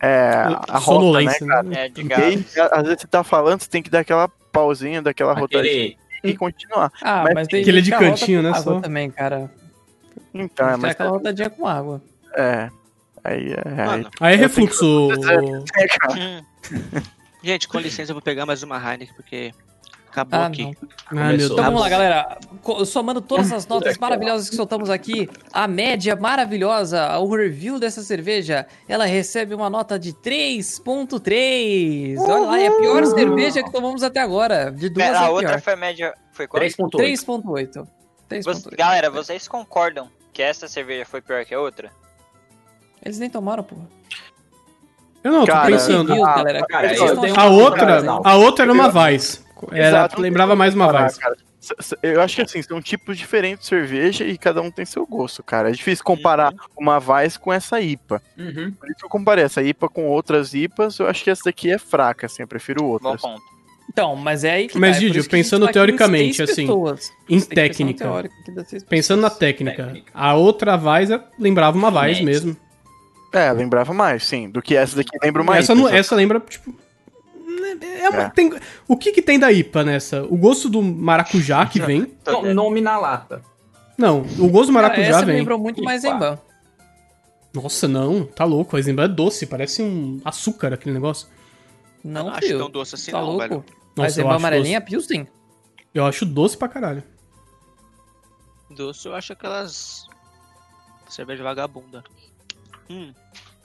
Speaker 3: É, a rota, né,
Speaker 2: Sonolência.
Speaker 3: cara?
Speaker 2: né?
Speaker 8: É, de
Speaker 3: E aí,
Speaker 8: gado.
Speaker 3: às vezes você tá falando, você tem que dar aquela pausinha, daquela rotadinha
Speaker 1: Aquele,
Speaker 3: e continuar.
Speaker 4: Ah,
Speaker 3: Mas
Speaker 4: mas, tem
Speaker 2: aquele
Speaker 4: gente
Speaker 2: de
Speaker 4: que arrota
Speaker 2: cantinho,
Speaker 4: com
Speaker 2: né,
Speaker 4: água
Speaker 2: só.
Speaker 4: também, cara.
Speaker 3: Então, é,
Speaker 4: Tem
Speaker 3: mas.
Speaker 4: aquela rotadinha com água.
Speaker 3: É. Aí, é, aí-
Speaker 6: Mano,
Speaker 2: Aí é refluxo. o-
Speaker 3: É, cara.
Speaker 6: hum. Gente, com licença, eu vou pegar mais uma Heineken, porque acabou
Speaker 4: Ah,
Speaker 6: aqui.
Speaker 4: não.
Speaker 2: Ah, meu
Speaker 1: Começou.
Speaker 4: Então
Speaker 2: Deus.
Speaker 4: vamos lá, galera. Co- Somando todas as notas maravilhosas que soltamos aqui, a média maravilhosa, o review dessa cerveja, ela recebe uma nota de 3.3. Olha lá, é a pior cerveja que tomamos até agora. De duas
Speaker 8: Pera,
Speaker 4: é
Speaker 8: a
Speaker 4: a
Speaker 8: outra
Speaker 4: pior.
Speaker 8: foi média. Foi quanto?
Speaker 1: 3.8.
Speaker 4: 3.8.
Speaker 8: Vocês-
Speaker 4: 3.8.
Speaker 8: Galera, vocês concordam que essa cerveja foi pior que a outra?
Speaker 4: Eles nem tomaram, porra.
Speaker 2: Eu não, eu tô
Speaker 3: Cara,
Speaker 2: pensando.
Speaker 4: Reviews,
Speaker 3: ah,
Speaker 4: galera.
Speaker 1: cara,
Speaker 4: Vocês
Speaker 1: eu
Speaker 4: estão
Speaker 1: tenho-
Speaker 4: achando
Speaker 2: A outra,
Speaker 4: maravilhosa, hein?
Speaker 2: a outra era uma Vice. Era,
Speaker 3: Exato.
Speaker 2: é, lembrava mais uma
Speaker 3: Ah,
Speaker 2: Vice.
Speaker 3: cara, s- s- Eu acho que assim, são tipos diferentes de cerveja e cada um tem seu gosto, cara. É difícil comparar
Speaker 6: Uhum.
Speaker 3: uma Vice com essa IPA.
Speaker 1: Uhum.
Speaker 3: Por isso que eu comparei essa IPA com outras IPAs, eu acho que essa daqui é fraca, assim, eu prefiro
Speaker 8: Bom
Speaker 3: outras.
Speaker 8: ponto.
Speaker 4: Então, mas é aí que
Speaker 2: Mas,
Speaker 4: tá, é por
Speaker 2: Gigi,
Speaker 4: isso que a gente
Speaker 2: pensando
Speaker 4: tá aqui em
Speaker 2: teoricamente,
Speaker 4: seis
Speaker 2: assim,
Speaker 4: pessoas.
Speaker 2: Em
Speaker 4: Tem que pensar no
Speaker 2: técnica.
Speaker 4: teórico aqui das seis
Speaker 2: Pensando na
Speaker 4: pessoas.
Speaker 2: técnica. A outra Vice lembrava uma Vice
Speaker 1: Sim.
Speaker 2: mesmo.
Speaker 3: É, lembrava mais, sim, do que essa daqui lembra uma
Speaker 2: essa,
Speaker 3: IPA.
Speaker 2: não-
Speaker 3: sabe?
Speaker 2: essa lembra, tipo. né, é uma-
Speaker 3: É.
Speaker 2: tem- o que que tem da IPA nessa? O gosto do maracujá que vem?
Speaker 1: Não, nome na lata.
Speaker 2: Não, o gosto do
Speaker 4: Cara,
Speaker 2: maracujá
Speaker 4: essa me
Speaker 2: vem.
Speaker 4: lembrou muito mais
Speaker 1: Epa.
Speaker 4: Zenban.
Speaker 2: Nossa, não, tá louco. A Zimbabwe é doce, parece um açúcar aquele negócio.
Speaker 6: Eu
Speaker 4: Não,
Speaker 6: não acho
Speaker 8: é
Speaker 4: fio.
Speaker 8: um
Speaker 6: tão doce assim,
Speaker 4: tá
Speaker 6: não,
Speaker 4: louco?
Speaker 6: velho.
Speaker 4: a
Speaker 2: Nossa, eu
Speaker 4: Zebra
Speaker 2: acho, doce,
Speaker 4: amarelinha é Pilsen.
Speaker 2: eu acho doce pra caralho.
Speaker 6: Doce eu acho aquelas. cerveja vagabunda. Hum,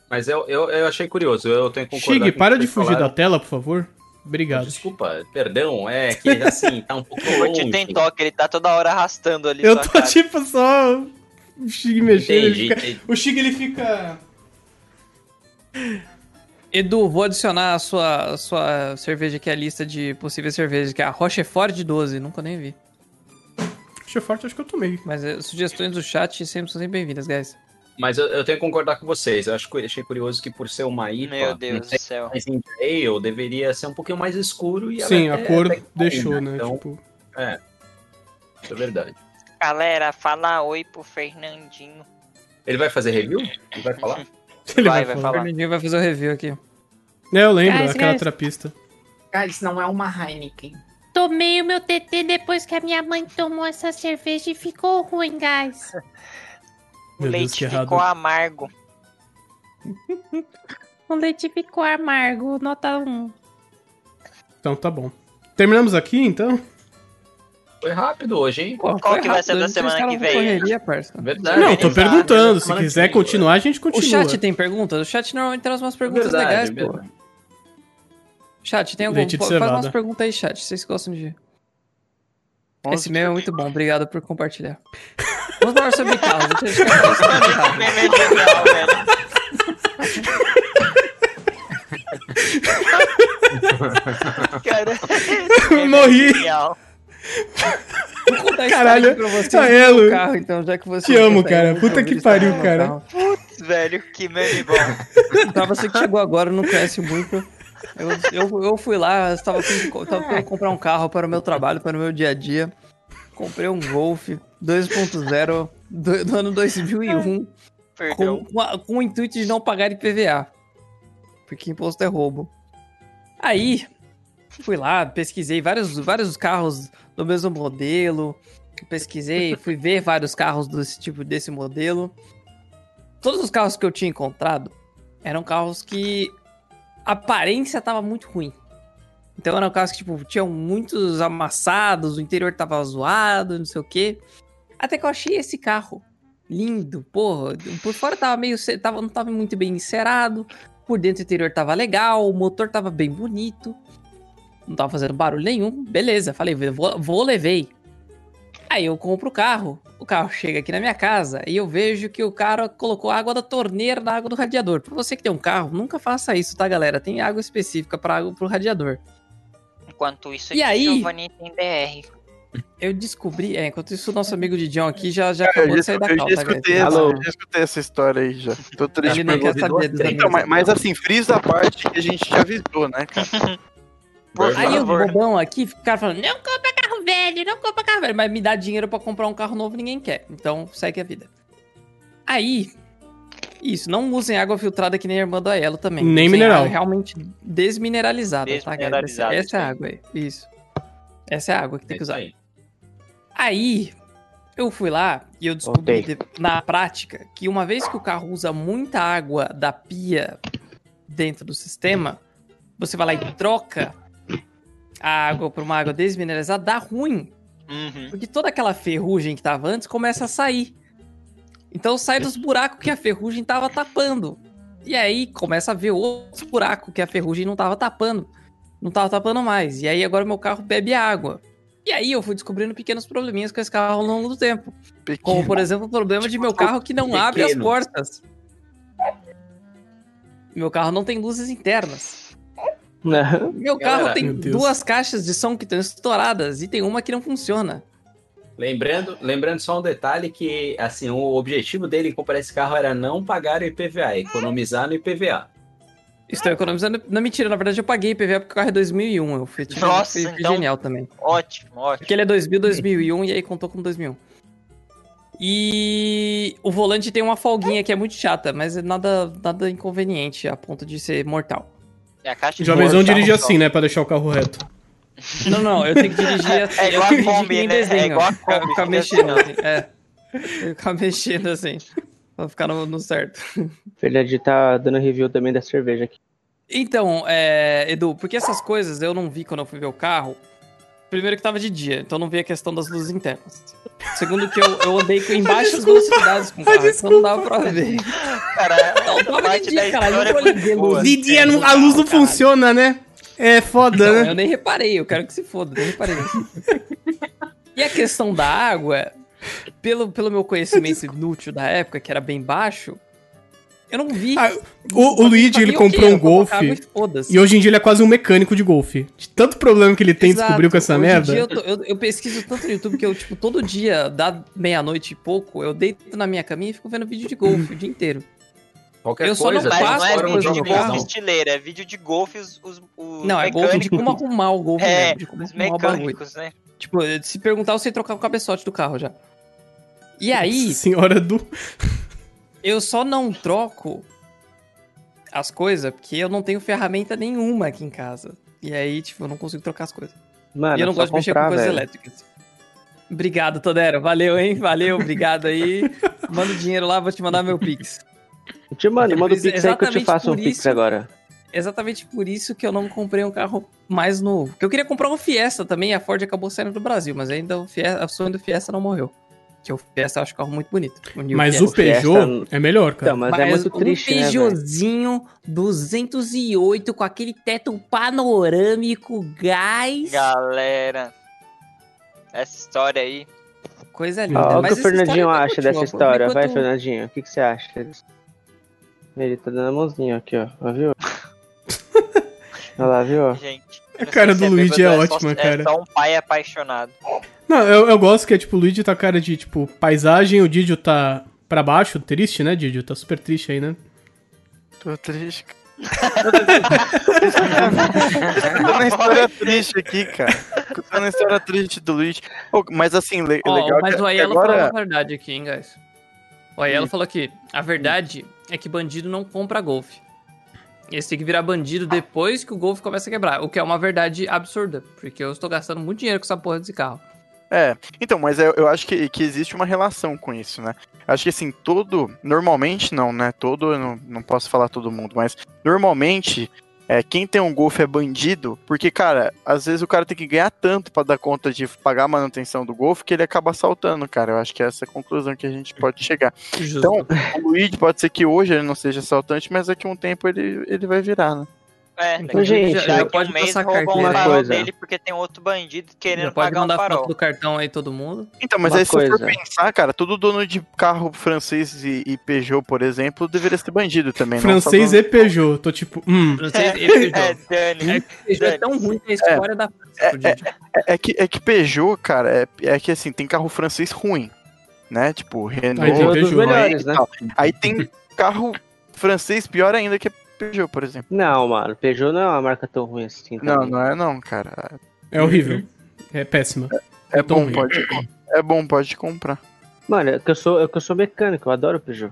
Speaker 1: Mas eu, eu, eu achei curioso, eu tenho que concordar.
Speaker 2: Chig,
Speaker 1: com o
Speaker 2: para
Speaker 1: que
Speaker 2: de
Speaker 1: vocês
Speaker 2: fugir da
Speaker 1: falaram.
Speaker 2: tela, por favor. Obrigado.
Speaker 1: Desculpa, perdão, é que assim, tá um pouco
Speaker 8: O
Speaker 1: longe.
Speaker 8: Ti tem toque, ele tá toda hora arrastando ali.
Speaker 2: Eu
Speaker 8: sua
Speaker 2: tô
Speaker 8: cara.
Speaker 2: tipo só o Chig mexendo. ele
Speaker 1: Entendi,
Speaker 2: fica-
Speaker 1: entendi.
Speaker 2: O Chig ele fica.
Speaker 4: Edu, vou adicionar a sua, a sua cerveja aqui, a lista de possíveis cervejas, que é a Rochefort de 12, nunca nem vi.
Speaker 2: Puxa forte, acho que eu tomei.
Speaker 4: Mas eh, sugestões do chat sempre são sempre bem-vindas, guys.
Speaker 1: Mas eu, eu tenho que concordar com vocês. Eu acho, cu- achei curioso que por ser uma IPA,
Speaker 8: Meu
Speaker 1: não
Speaker 8: Deus
Speaker 1: sei,
Speaker 8: do céu.
Speaker 1: né, mas em Ale deveria ser um pouquinho mais escuro e ela é
Speaker 2: Sim,
Speaker 1: até-
Speaker 2: a cor
Speaker 1: até que
Speaker 2: deixou,
Speaker 1: combina.
Speaker 2: né?
Speaker 1: Então,
Speaker 2: Tipo,
Speaker 1: isso é verdade.
Speaker 8: Galera, fala oi pro Fernandinho.
Speaker 1: Ele vai fazer review? Ele vai falar?
Speaker 2: ele
Speaker 8: vai, vai
Speaker 2: falar.
Speaker 4: O
Speaker 8: falar.
Speaker 4: Fernandinho vai fazer o review aqui.
Speaker 2: É, eu lembro,
Speaker 4: Ah,
Speaker 12: Guys,
Speaker 2: aquela
Speaker 12: guys.
Speaker 2: trapista.
Speaker 12: Cara, isso não é uma Heineken.
Speaker 13: Tomei o meu TT depois que a minha mãe tomou essa cerveja e ficou ruim, guys.
Speaker 8: O
Speaker 2: Meu Deus,
Speaker 8: leite
Speaker 2: que errado.
Speaker 8: ficou amargo.
Speaker 13: O leite ficou amargo, nota 1.
Speaker 2: Então tá bom. Terminamos aqui, então?
Speaker 1: Foi rápido hoje, hein?
Speaker 4: Pô,
Speaker 8: Qual
Speaker 4: foi
Speaker 8: que vai ser
Speaker 4: rápido,
Speaker 8: da
Speaker 4: a gente
Speaker 8: semana
Speaker 4: fez cara
Speaker 8: que
Speaker 4: com
Speaker 8: vem?
Speaker 4: Correria, parça.
Speaker 1: Verdade.
Speaker 2: Não, eu tô
Speaker 8: Organizado,
Speaker 2: perguntando.
Speaker 1: né?
Speaker 2: Se
Speaker 1: Semana que
Speaker 2: quiser
Speaker 1: vem,
Speaker 2: continuar, a gente
Speaker 4: O
Speaker 2: continua.
Speaker 4: chat tem perguntas? O chat normalmente traz umas perguntas
Speaker 1: É Verdade,
Speaker 4: legais,
Speaker 1: verdade.
Speaker 4: pô. Chat, tem algum...
Speaker 2: Leite de
Speaker 4: Faz
Speaker 2: cevada.
Speaker 4: umas perguntas aí, chat. Vocês gostam de...
Speaker 3: Onze
Speaker 4: Esse meme é muito bom, obrigado por compartilhar. Vamos falar sobre carros. deixa eu explicar pra vocês sobre carros.
Speaker 8: Meme genial, velho. Cara,
Speaker 2: Morri.
Speaker 4: Vou contar a
Speaker 2: Caralho,
Speaker 4: história pra vocês
Speaker 2: ah,
Speaker 4: no
Speaker 2: Elo.
Speaker 4: carro, então, já que você
Speaker 2: Te amo, cara. Puta que pariu, cara.
Speaker 8: Putz, velho, que meme bom.
Speaker 4: Pra você que chegou agora e não conhece muito, eu, eu, eu fui lá, eu estava com- estava querendo comprar um carro para o meu trabalho, para o meu dia a dia. Comprei um Golf 2.0 do, do ano 2001 com,
Speaker 8: Perdão.
Speaker 4: com a- com o intuito de não pagar IPVA, porque imposto é roubo. Aí, fui lá, pesquisei vários, vários carros do mesmo modelo, pesquisei, fui ver vários carros desse tipo, desse modelo. Todos os carros que eu tinha encontrado eram carros que a aparência tava muito ruim. Então eram carros que, tipo, tinham muitos amassados, o interior tava zoado, não sei o quê. Até que eu achei esse carro lindo, porra. Por fora tava meio. ce- Tava, não tava muito bem encerado. Por dentro o interior tava legal, o motor tava bem bonito. Não tava fazendo barulho nenhum. Beleza, falei, vou, vou levei. Aí eu compro o carro, o carro chega aqui na minha casa e eu vejo que o cara colocou a água da torneira na água do radiador. Pra você que tem um carro, nunca faça isso, tá, galera? Tem água específica para água pro radiador.
Speaker 8: Enquanto isso,
Speaker 4: E aí?
Speaker 8: Giovanni tem DR.
Speaker 4: Eu descobri, é, enquanto isso, nosso amigo Didion aqui já, já
Speaker 3: Cara,
Speaker 4: acabou
Speaker 3: É,
Speaker 4: de
Speaker 3: eu já,
Speaker 4: sair da
Speaker 3: eu já
Speaker 4: calça,
Speaker 3: escutei
Speaker 4: galera.
Speaker 3: essa,
Speaker 1: Alô.
Speaker 3: eu já escutei essa história aí já. Tô triste
Speaker 4: Ele não
Speaker 3: pelo
Speaker 4: quer
Speaker 3: ouvido.
Speaker 4: saber dos
Speaker 3: Então,
Speaker 4: amigos.
Speaker 3: mas, mas assim, frisa a parte que a gente te avisou, né, cara? Por
Speaker 4: Aí o
Speaker 3: favor.
Speaker 4: bobão aqui fica falando, não compra carro velho, não compra carro velho, mas me dá dinheiro pra comprar um carro novo ninguém quer. Então segue a vida. Aí, isso, não usem água filtrada que nem a irmã do Aiello também.
Speaker 2: Nem
Speaker 4: Usem
Speaker 2: mineral.
Speaker 4: água Realmente desmineralizada, tá,
Speaker 8: Desmineralizada,
Speaker 4: galera? Essa, essa é a
Speaker 8: isso aí.
Speaker 4: água aí, isso. Essa é a água que tem que usar.
Speaker 1: Aí.
Speaker 4: Aí, eu fui lá e eu descobri
Speaker 6: Voltei.
Speaker 4: de- na prática que uma vez que o carro usa muita água da pia dentro do sistema, você vai lá e troca a água por uma água desmineralizada, dá ruim.
Speaker 8: Uhum.
Speaker 4: Porque toda aquela ferrugem que tava antes começa a sair. Então sai dos buracos que a ferrugem tava tapando. E aí começa a ver outros buracos que a ferrugem não tava tapando. Não tava tapando mais. E aí agora meu carro bebe água. E aí eu fui descobrindo pequenos probleminhas com esse carro ao longo do tempo. Como,
Speaker 3: Pequeno.
Speaker 4: por exemplo, o problema de meu carro que não abre as
Speaker 1: pequeno.
Speaker 4: portas. Meu carro não tem luzes internas. Meu carro
Speaker 1: Galera,
Speaker 4: tem
Speaker 2: meu Deus.
Speaker 4: duas caixas de som que estão estouradas e tem uma que não funciona.
Speaker 1: Lembrando, lembrando só um detalhe que assim, o objetivo dele em comprar esse carro era não pagar o IPVA, economizar no IPVA.
Speaker 4: Estou economizando. Não, mentira, na verdade eu paguei IPVA porque o carro é 2001. Eu fui, tive,
Speaker 8: Nossa,
Speaker 4: fui- fui
Speaker 8: então-
Speaker 4: genial também.
Speaker 8: Ótimo, ótimo.
Speaker 4: Porque ele é 2000, 2001 e aí contou com 2001. E o volante tem uma folguinha que é muito chata, mas é nada, nada inconveniente a ponto de ser mortal.
Speaker 8: É a caixa de
Speaker 2: Jovenzão
Speaker 8: porta,
Speaker 2: dirige
Speaker 8: ó.
Speaker 2: assim, né? Pra deixar o carro reto.
Speaker 4: Não, não, eu tenho que dirigir assim.
Speaker 8: É igual
Speaker 4: eu
Speaker 8: a
Speaker 4: tenho que dirigir
Speaker 8: Kombi,
Speaker 4: que nem
Speaker 8: né? É
Speaker 4: desenho,
Speaker 8: igual a
Speaker 4: ó. Ficar-
Speaker 8: Kombi,
Speaker 4: Ficar
Speaker 8: que
Speaker 4: mexendo
Speaker 8: desenho.
Speaker 4: assim. É. Ficar mexendo assim. Pra ficar no- no certo.
Speaker 6: Fernandinho tá dando review também da cerveja aqui.
Speaker 4: Então, é, Edu, porque essas coisas eu não vi quando eu fui ver o carro. Primeiro que tava de dia, então eu não vi a questão das luzes internas. Segundo que eu, eu andei com- em baixas velocidades com o carro, então não dava pra ver.
Speaker 8: Cara,
Speaker 4: Não,
Speaker 8: essa
Speaker 4: tava de
Speaker 8: parte da
Speaker 4: dia, caralho, eu
Speaker 8: história
Speaker 4: não
Speaker 8: foi
Speaker 4: liguei
Speaker 8: é boa.
Speaker 4: luz.
Speaker 2: De dia não- a luz não
Speaker 4: Caralho.
Speaker 2: funciona, né? É foda,
Speaker 4: Não,
Speaker 2: né?
Speaker 4: eu nem reparei, eu quero que se foda, nem reparei. e a questão da água, pelo, pelo meu conhecimento inútil da época, que era bem baixo, eu não vi.
Speaker 2: Ah, O, o
Speaker 4: Eu
Speaker 2: Luigi, ele
Speaker 4: sabia o
Speaker 2: comprou
Speaker 4: quê?
Speaker 2: um
Speaker 4: Eu colocava
Speaker 2: golfe.
Speaker 4: e foda-se.
Speaker 2: E hoje em dia ele é quase um mecânico de golfe. De tanto problema que ele tem,
Speaker 4: Exato.
Speaker 2: descobriu com essa
Speaker 4: Hoje em
Speaker 2: merda.
Speaker 4: dia eu, tô- eu- eu pesquiso tanto no YouTube que eu, tipo, todo dia, da meia-noite e pouco, eu deito na minha caminha e fico vendo vídeo de golfe o dia inteiro.
Speaker 1: Qualquer
Speaker 4: Eu só
Speaker 1: coisa,
Speaker 4: não
Speaker 1: tem
Speaker 8: Mas não
Speaker 4: faço
Speaker 1: fora
Speaker 8: é
Speaker 1: um
Speaker 4: coisa
Speaker 8: vídeo de
Speaker 1: jogo
Speaker 4: de
Speaker 8: golfe
Speaker 1: carro.
Speaker 8: estileira, é vídeo de golfe os, os, os
Speaker 4: Não, é golfe de
Speaker 8: mecânicos-
Speaker 4: como arrumar o golfe
Speaker 8: É,
Speaker 4: mesmo, de como
Speaker 8: os
Speaker 4: arrumar o bagulho.
Speaker 8: mecânicos, né?
Speaker 4: Tipo, se perguntar, eu sei trocar o cabeçote do carro já. E aí,
Speaker 2: Senhora do.
Speaker 4: eu só não troco as coisas porque eu não tenho ferramenta nenhuma aqui em casa. E aí, tipo, eu não consigo trocar as coisas.
Speaker 6: Mano, é
Speaker 4: E eu não
Speaker 6: só
Speaker 4: gosto de mexer
Speaker 6: comprar,
Speaker 4: com coisas
Speaker 6: velho.
Speaker 4: elétricas. Obrigado, Todero. Valeu, hein? Valeu, obrigado aí. Manda o dinheiro lá, vou te mandar meu Pix.
Speaker 6: Te mando, manda o
Speaker 4: Mas é
Speaker 6: pix aí que eu te
Speaker 4: exatamente
Speaker 6: faço um
Speaker 4: por
Speaker 6: pix
Speaker 4: isso-
Speaker 6: agora.
Speaker 4: Exatamente por isso que eu não comprei um carro mais novo. Porque eu queria comprar um Fiesta também, a Ford acabou saindo do Brasil, mas ainda o Fiesta, a sonho do Fiesta não morreu. Que o Fiesta eu acho um carro muito bonito. New
Speaker 2: Mas
Speaker 4: Fiesta.
Speaker 2: o Peugeot
Speaker 6: Fiesta-
Speaker 2: é melhor, cara.
Speaker 6: Então, mas, é muito
Speaker 4: um
Speaker 6: triste, né, velho?
Speaker 4: Peugeotzinho 208 com aquele teto panorâmico, gás.
Speaker 8: Galera, essa história aí.
Speaker 4: Coisa linda.
Speaker 6: Ó, o
Speaker 4: Mas essa
Speaker 6: que o
Speaker 4: história
Speaker 6: Fernandinho
Speaker 4: tá
Speaker 6: acha
Speaker 4: curtinha,
Speaker 6: dessa
Speaker 4: por
Speaker 6: história? Vai,
Speaker 4: enquanto-
Speaker 6: Fernandinho, o que, que você acha? disso? Ele tá dando a mãozinha aqui, ó. Ó, Viu?
Speaker 3: Olha lá, viu?
Speaker 8: Gente.
Speaker 2: A cara do Luigi é ótima,
Speaker 8: só,
Speaker 2: cara.
Speaker 8: É só um pai apaixonado.
Speaker 2: Não, eu, eu gosto que é tipo, o Luigi tá cara de, tipo, paisagem, o Didio tá pra baixo, triste, né, Didio? Tá super triste aí, né?
Speaker 3: Tô triste. Tô na história triste aqui, cara. Tô na história triste do Luigi. Ô, mas assim, le
Speaker 4: Ó,
Speaker 6: é
Speaker 3: legal.
Speaker 4: mas
Speaker 3: que-
Speaker 4: o
Speaker 3: que
Speaker 4: Aiello falou
Speaker 3: agora...
Speaker 4: a verdade aqui, hein, guys. O Aiello
Speaker 3: Hum.
Speaker 4: falou aqui, a verdade é que bandido não compra golfe. Eles têm que virar bandido depois que o golfe começa a quebrar, o que é uma verdade absurda, porque eu estou gastando muito dinheiro com essa porra desse carro.
Speaker 3: É, então, mas eu, eu acho que, que existe uma relação com isso, né? Acho que assim, todo. Normalmente não, né? Todo, eu não, não posso falar todo mundo, mas normalmente. É, quem tem um golfe é bandido, porque, cara, às vezes o cara tem que ganhar tanto pra dar conta de pagar a manutenção do golfe que ele acaba assaltando, cara. Eu acho que é essa a conclusão que a gente pode chegar.
Speaker 4: Justo.
Speaker 3: Então, o Luigi pode ser que hoje ele não seja assaltante, mas daqui a um tempo ele, ele vai virar, né?
Speaker 8: É,
Speaker 14: Então,
Speaker 8: daqui-
Speaker 14: gente,
Speaker 8: daqui
Speaker 14: já
Speaker 8: a um
Speaker 4: pode
Speaker 8: mês
Speaker 4: passar
Speaker 8: roubam
Speaker 4: carteira.
Speaker 8: o farol
Speaker 14: Uma coisa.
Speaker 8: dele porque tem outro bandido querendo
Speaker 4: Já pode
Speaker 8: pagar um
Speaker 4: mandar
Speaker 8: farol.
Speaker 4: foto do cartão aí todo mundo.
Speaker 3: Então, mas
Speaker 14: Uma
Speaker 3: aí se eu for
Speaker 14: coisa.
Speaker 3: pensar, cara, todo dono de carro francês e, e Peugeot, por exemplo, deveria ser bandido também.
Speaker 2: Francês
Speaker 3: não
Speaker 2: e Peugeot, tô tipo, hum.
Speaker 4: Francês e
Speaker 8: É,
Speaker 4: Peugeot.
Speaker 8: Dani.
Speaker 4: Peugeot é tão ruim que a história da França, pro Didi.
Speaker 3: é, é que é que Peugeot, cara, é, é que assim, tem carro francês ruim, né? Tipo,
Speaker 2: Aí tem
Speaker 3: Renault,
Speaker 14: um dos
Speaker 2: Peugeot.
Speaker 14: melhores, né?
Speaker 3: Não. aí tem carro francês pior ainda que Peugeot, por exemplo.
Speaker 14: Não, mano, Peugeot não é uma marca tão ruim assim também.
Speaker 3: Não, não é não, cara.
Speaker 2: É horrível. É péssima.
Speaker 3: É
Speaker 2: tão
Speaker 3: bom,
Speaker 2: ruim.
Speaker 3: pode É bom, pode comprar.
Speaker 14: Mano, é que eu sou, é que eu sou mecânico, eu adoro Peugeot.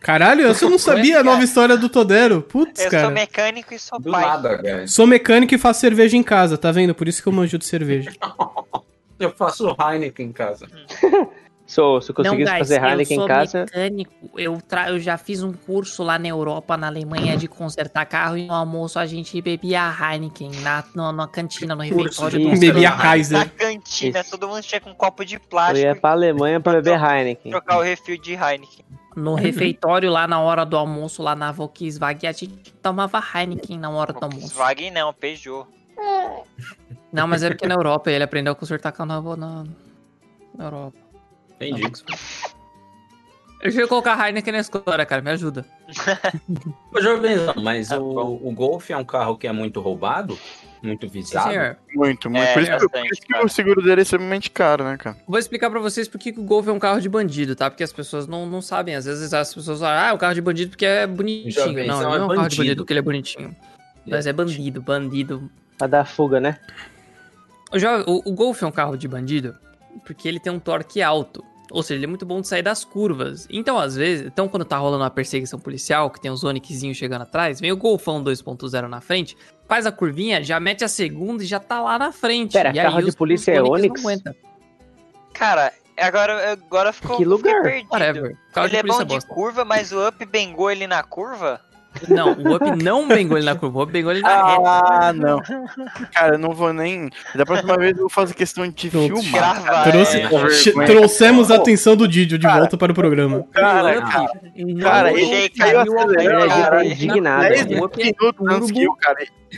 Speaker 2: Caralho, eu só não sabia a nova história do Todero. Putz,
Speaker 8: Eu sou
Speaker 2: cara.
Speaker 8: mecânico e sou
Speaker 1: Do
Speaker 8: pai.
Speaker 1: nada, velho.
Speaker 2: Sou mecânico e faço cerveja em casa, tá vendo? Por isso que eu manjo de cerveja.
Speaker 1: Eu faço Heineken em casa.
Speaker 14: Se eu, se eu conseguisse
Speaker 13: guys,
Speaker 14: fazer Heineken
Speaker 13: eu
Speaker 14: em
Speaker 13: sou
Speaker 14: casa.
Speaker 13: mecânico, eu, tra... eu já fiz um curso lá na Europa, na Alemanha, de consertar carro e no almoço a gente bebia Heineken na, na, na cantina, no refeitório do
Speaker 14: de-
Speaker 2: Bebi a
Speaker 8: Na
Speaker 2: Kaiser.
Speaker 8: cantina,
Speaker 14: Isso.
Speaker 8: todo mundo chega com um copo de
Speaker 14: Eu
Speaker 8: plástico
Speaker 14: ia pra Alemanha pra beber
Speaker 8: e
Speaker 14: Heineken.
Speaker 8: trocar o refil de Heineken.
Speaker 13: No refeitório lá na hora do almoço, lá na Volkswagen, a gente tomava Heineken na
Speaker 4: Tá,
Speaker 13: hora do almoço.
Speaker 8: Volkswagen não, Peugeot.
Speaker 4: Não, mas é porque na Europa ele aprendeu a consertar carro na, na, na Europa.
Speaker 1: Entendi.
Speaker 4: Tá Eu queria colocar Heineken na história, cara, me ajuda.
Speaker 1: Ô, Jovenzão, mas
Speaker 4: Tá
Speaker 1: o, o Golf é um carro que é muito roubado, muito
Speaker 4: Sim,
Speaker 1: visado.
Speaker 4: senhor.
Speaker 3: Muito, muito.
Speaker 8: É,
Speaker 3: por isso, que- por
Speaker 8: bastante,
Speaker 3: isso que
Speaker 8: cara.
Speaker 3: o seguro dele é extremamente caro, né, cara?
Speaker 4: Vou explicar pra vocês por que que o Golf é um carro de bandido, tá? Porque as pessoas não, não sabem. Às vezes as pessoas falam, ah, é um carro de bandido porque é bonitinho.
Speaker 1: Jovem,
Speaker 4: não,
Speaker 1: são
Speaker 4: não é um carro de
Speaker 1: bandido.
Speaker 4: bandido porque ele é bonitinho. Mas é bandido, bandido.
Speaker 14: Pra dar fuga, né?
Speaker 4: O, jo- o, o Golf é um carro de bandido porque ele tem um torque alto. Ou seja, ele é muito bom de sair das curvas. Então, às vezes, então quando tá rolando uma perseguição policial, que tem um Zoniczinho chegando atrás, vem o Golfão 2.0 na frente, faz a curvinha, já mete a segunda e já tá lá na frente.
Speaker 14: Pera,
Speaker 4: E aí
Speaker 14: carro de
Speaker 4: os- os
Speaker 14: polícia é
Speaker 4: Onix não
Speaker 14: Onix?
Speaker 4: aguentam.
Speaker 8: Cara, agora, agora ficou
Speaker 14: Que
Speaker 8: eu fiquei
Speaker 14: lugar?
Speaker 8: perdido.
Speaker 4: Whatever. Carro
Speaker 8: Ele
Speaker 4: de
Speaker 8: é bom
Speaker 4: polícia
Speaker 8: de
Speaker 4: bosta.
Speaker 8: curva, mas o Up bengou ele na curva?
Speaker 4: Não, o Up não bengou ele na curva, o Up bengou ele na reta.
Speaker 3: Ah, não. Cara, eu não vou nem. Da próxima vez eu vou fazer questão de
Speaker 2: Pronto.
Speaker 3: filmar.
Speaker 8: Grava.
Speaker 2: Trouxe-
Speaker 4: né?
Speaker 8: é.
Speaker 2: Che- Trouxemos a atenção do Didio de volta para o programa.
Speaker 3: Cara,
Speaker 4: Up
Speaker 3: cara,
Speaker 4: não é
Speaker 3: cara,
Speaker 4: bengou
Speaker 3: ele é
Speaker 8: ele
Speaker 3: caiu
Speaker 8: caiu
Speaker 3: acelerando,
Speaker 8: Caralho.
Speaker 14: Eu já tô
Speaker 3: cara.
Speaker 14: indignado.
Speaker 4: Dez
Speaker 3: 10
Speaker 14: mano.
Speaker 4: minutos,
Speaker 3: minutos antes que eu, cara.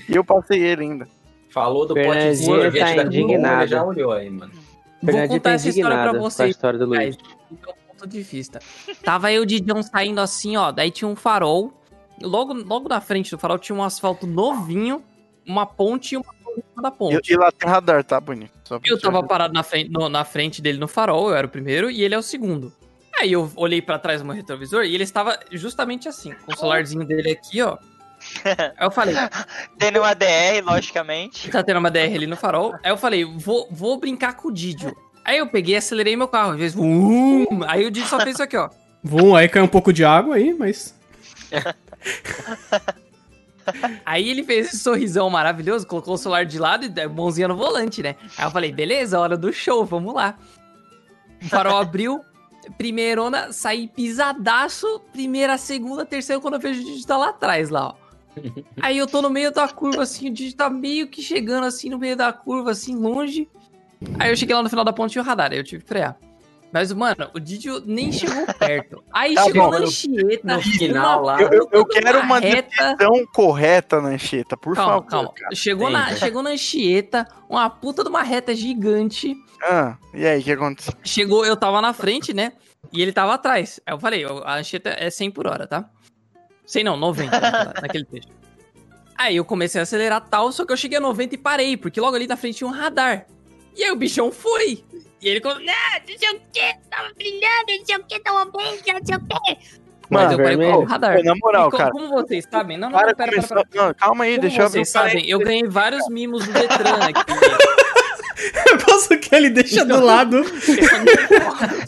Speaker 3: E eu passei ele ainda.
Speaker 1: Falou do pote de
Speaker 14: Fernandinho
Speaker 1: sorvete
Speaker 14: tá
Speaker 1: da Coca-Cola,
Speaker 14: indignado.
Speaker 1: já olhou aí, mano.
Speaker 14: Fernandinho
Speaker 4: contar
Speaker 14: tá
Speaker 4: essa história pra
Speaker 14: indignado com a
Speaker 4: vocês,
Speaker 14: história do
Speaker 4: Guys,
Speaker 14: Luiz.
Speaker 4: do meu ponto de vista. Tava eu de John saindo assim, ó. Daí tinha um farol. Logo, logo na frente do farol tinha um asfalto novinho, uma ponte e uma ponte da
Speaker 3: E,
Speaker 4: ponte.
Speaker 3: e lá tem radar, tá, bonito? Só pra
Speaker 4: Eu
Speaker 3: te
Speaker 4: tava
Speaker 3: avisar.
Speaker 4: parado na frente, no- na frente dele no farol, eu era o primeiro, e ele é o segundo. Aí eu olhei pra trás do meu retrovisor e ele estava justamente assim, com o celularzinho dele aqui, ó. Aí eu falei,
Speaker 8: Tendo um uma DR, logicamente.
Speaker 4: tá tendo uma DR ali no farol. Aí eu falei, vou, vou brincar com o Didio. Aí eu peguei e acelerei meu carro. Às vezes, vum, um, aí o Didio só fez isso aqui, ó.
Speaker 2: Vum, aí caiu um pouco de água aí, mas.
Speaker 4: Aí ele fez esse sorrisão maravilhoso, colocou o celular de lado e deu mãozinha no volante, né? Aí eu falei, beleza, hora do show, vamos lá. O farol abriu, primeirona, saí pisadaço, primeira, segunda, terceira, quando eu vejo o digital lá atrás, lá, ó. Aí eu tô no meio da curva, assim, o digital meio que chegando, assim, no meio da curva, assim, longe. Aí eu cheguei lá no final da ponte e o radar, aí eu tive que frear. Mas, mano, o Didio nem chegou perto. Aí
Speaker 3: Tá
Speaker 4: chegou
Speaker 3: bom,
Speaker 4: na
Speaker 3: eu-
Speaker 4: Anchieta.
Speaker 1: no final lá.
Speaker 3: Eu, eu- eu quero
Speaker 4: uma
Speaker 3: uma
Speaker 4: reta.
Speaker 3: decisão correta na Anchieta, por
Speaker 4: calma,
Speaker 3: favor.
Speaker 4: calma.
Speaker 3: cara.
Speaker 4: Chegou na,
Speaker 1: Entendi.
Speaker 4: chegou na Anchieta, uma puta de uma reta gigante.
Speaker 3: Ah, e aí, o que aconteceu?
Speaker 4: Chegou, eu tava na frente, né? E ele tava atrás. Aí eu falei, eu- a Anchieta é 100 por hora, tá? Sei não, 90 naquela- naquele né, trecho. Aí eu comecei a acelerar tal, só que eu cheguei a 90 e parei, porque logo ali na frente tinha um radar. E aí o bichão foi. E ele falou, "Né, não, Ah, não sei o que, tava brilhando, não sei o que, tava bem, não sei o que.
Speaker 3: Mano,
Speaker 4: Mas eu parei com
Speaker 3: vermelho.
Speaker 4: o radar.
Speaker 3: Pô, na moral,
Speaker 4: E co-
Speaker 3: cara.
Speaker 4: Como vocês sabem, não, não,
Speaker 3: Para,
Speaker 4: não, pera, pera,
Speaker 3: começou-
Speaker 4: pera.
Speaker 3: Não, calma aí,
Speaker 4: Como
Speaker 3: deixa eu
Speaker 4: vocês
Speaker 3: abrir o cara.
Speaker 4: sabem, eu ganhei vários mimos do Detran aqui.
Speaker 2: Eu posso que ele deixa do lado.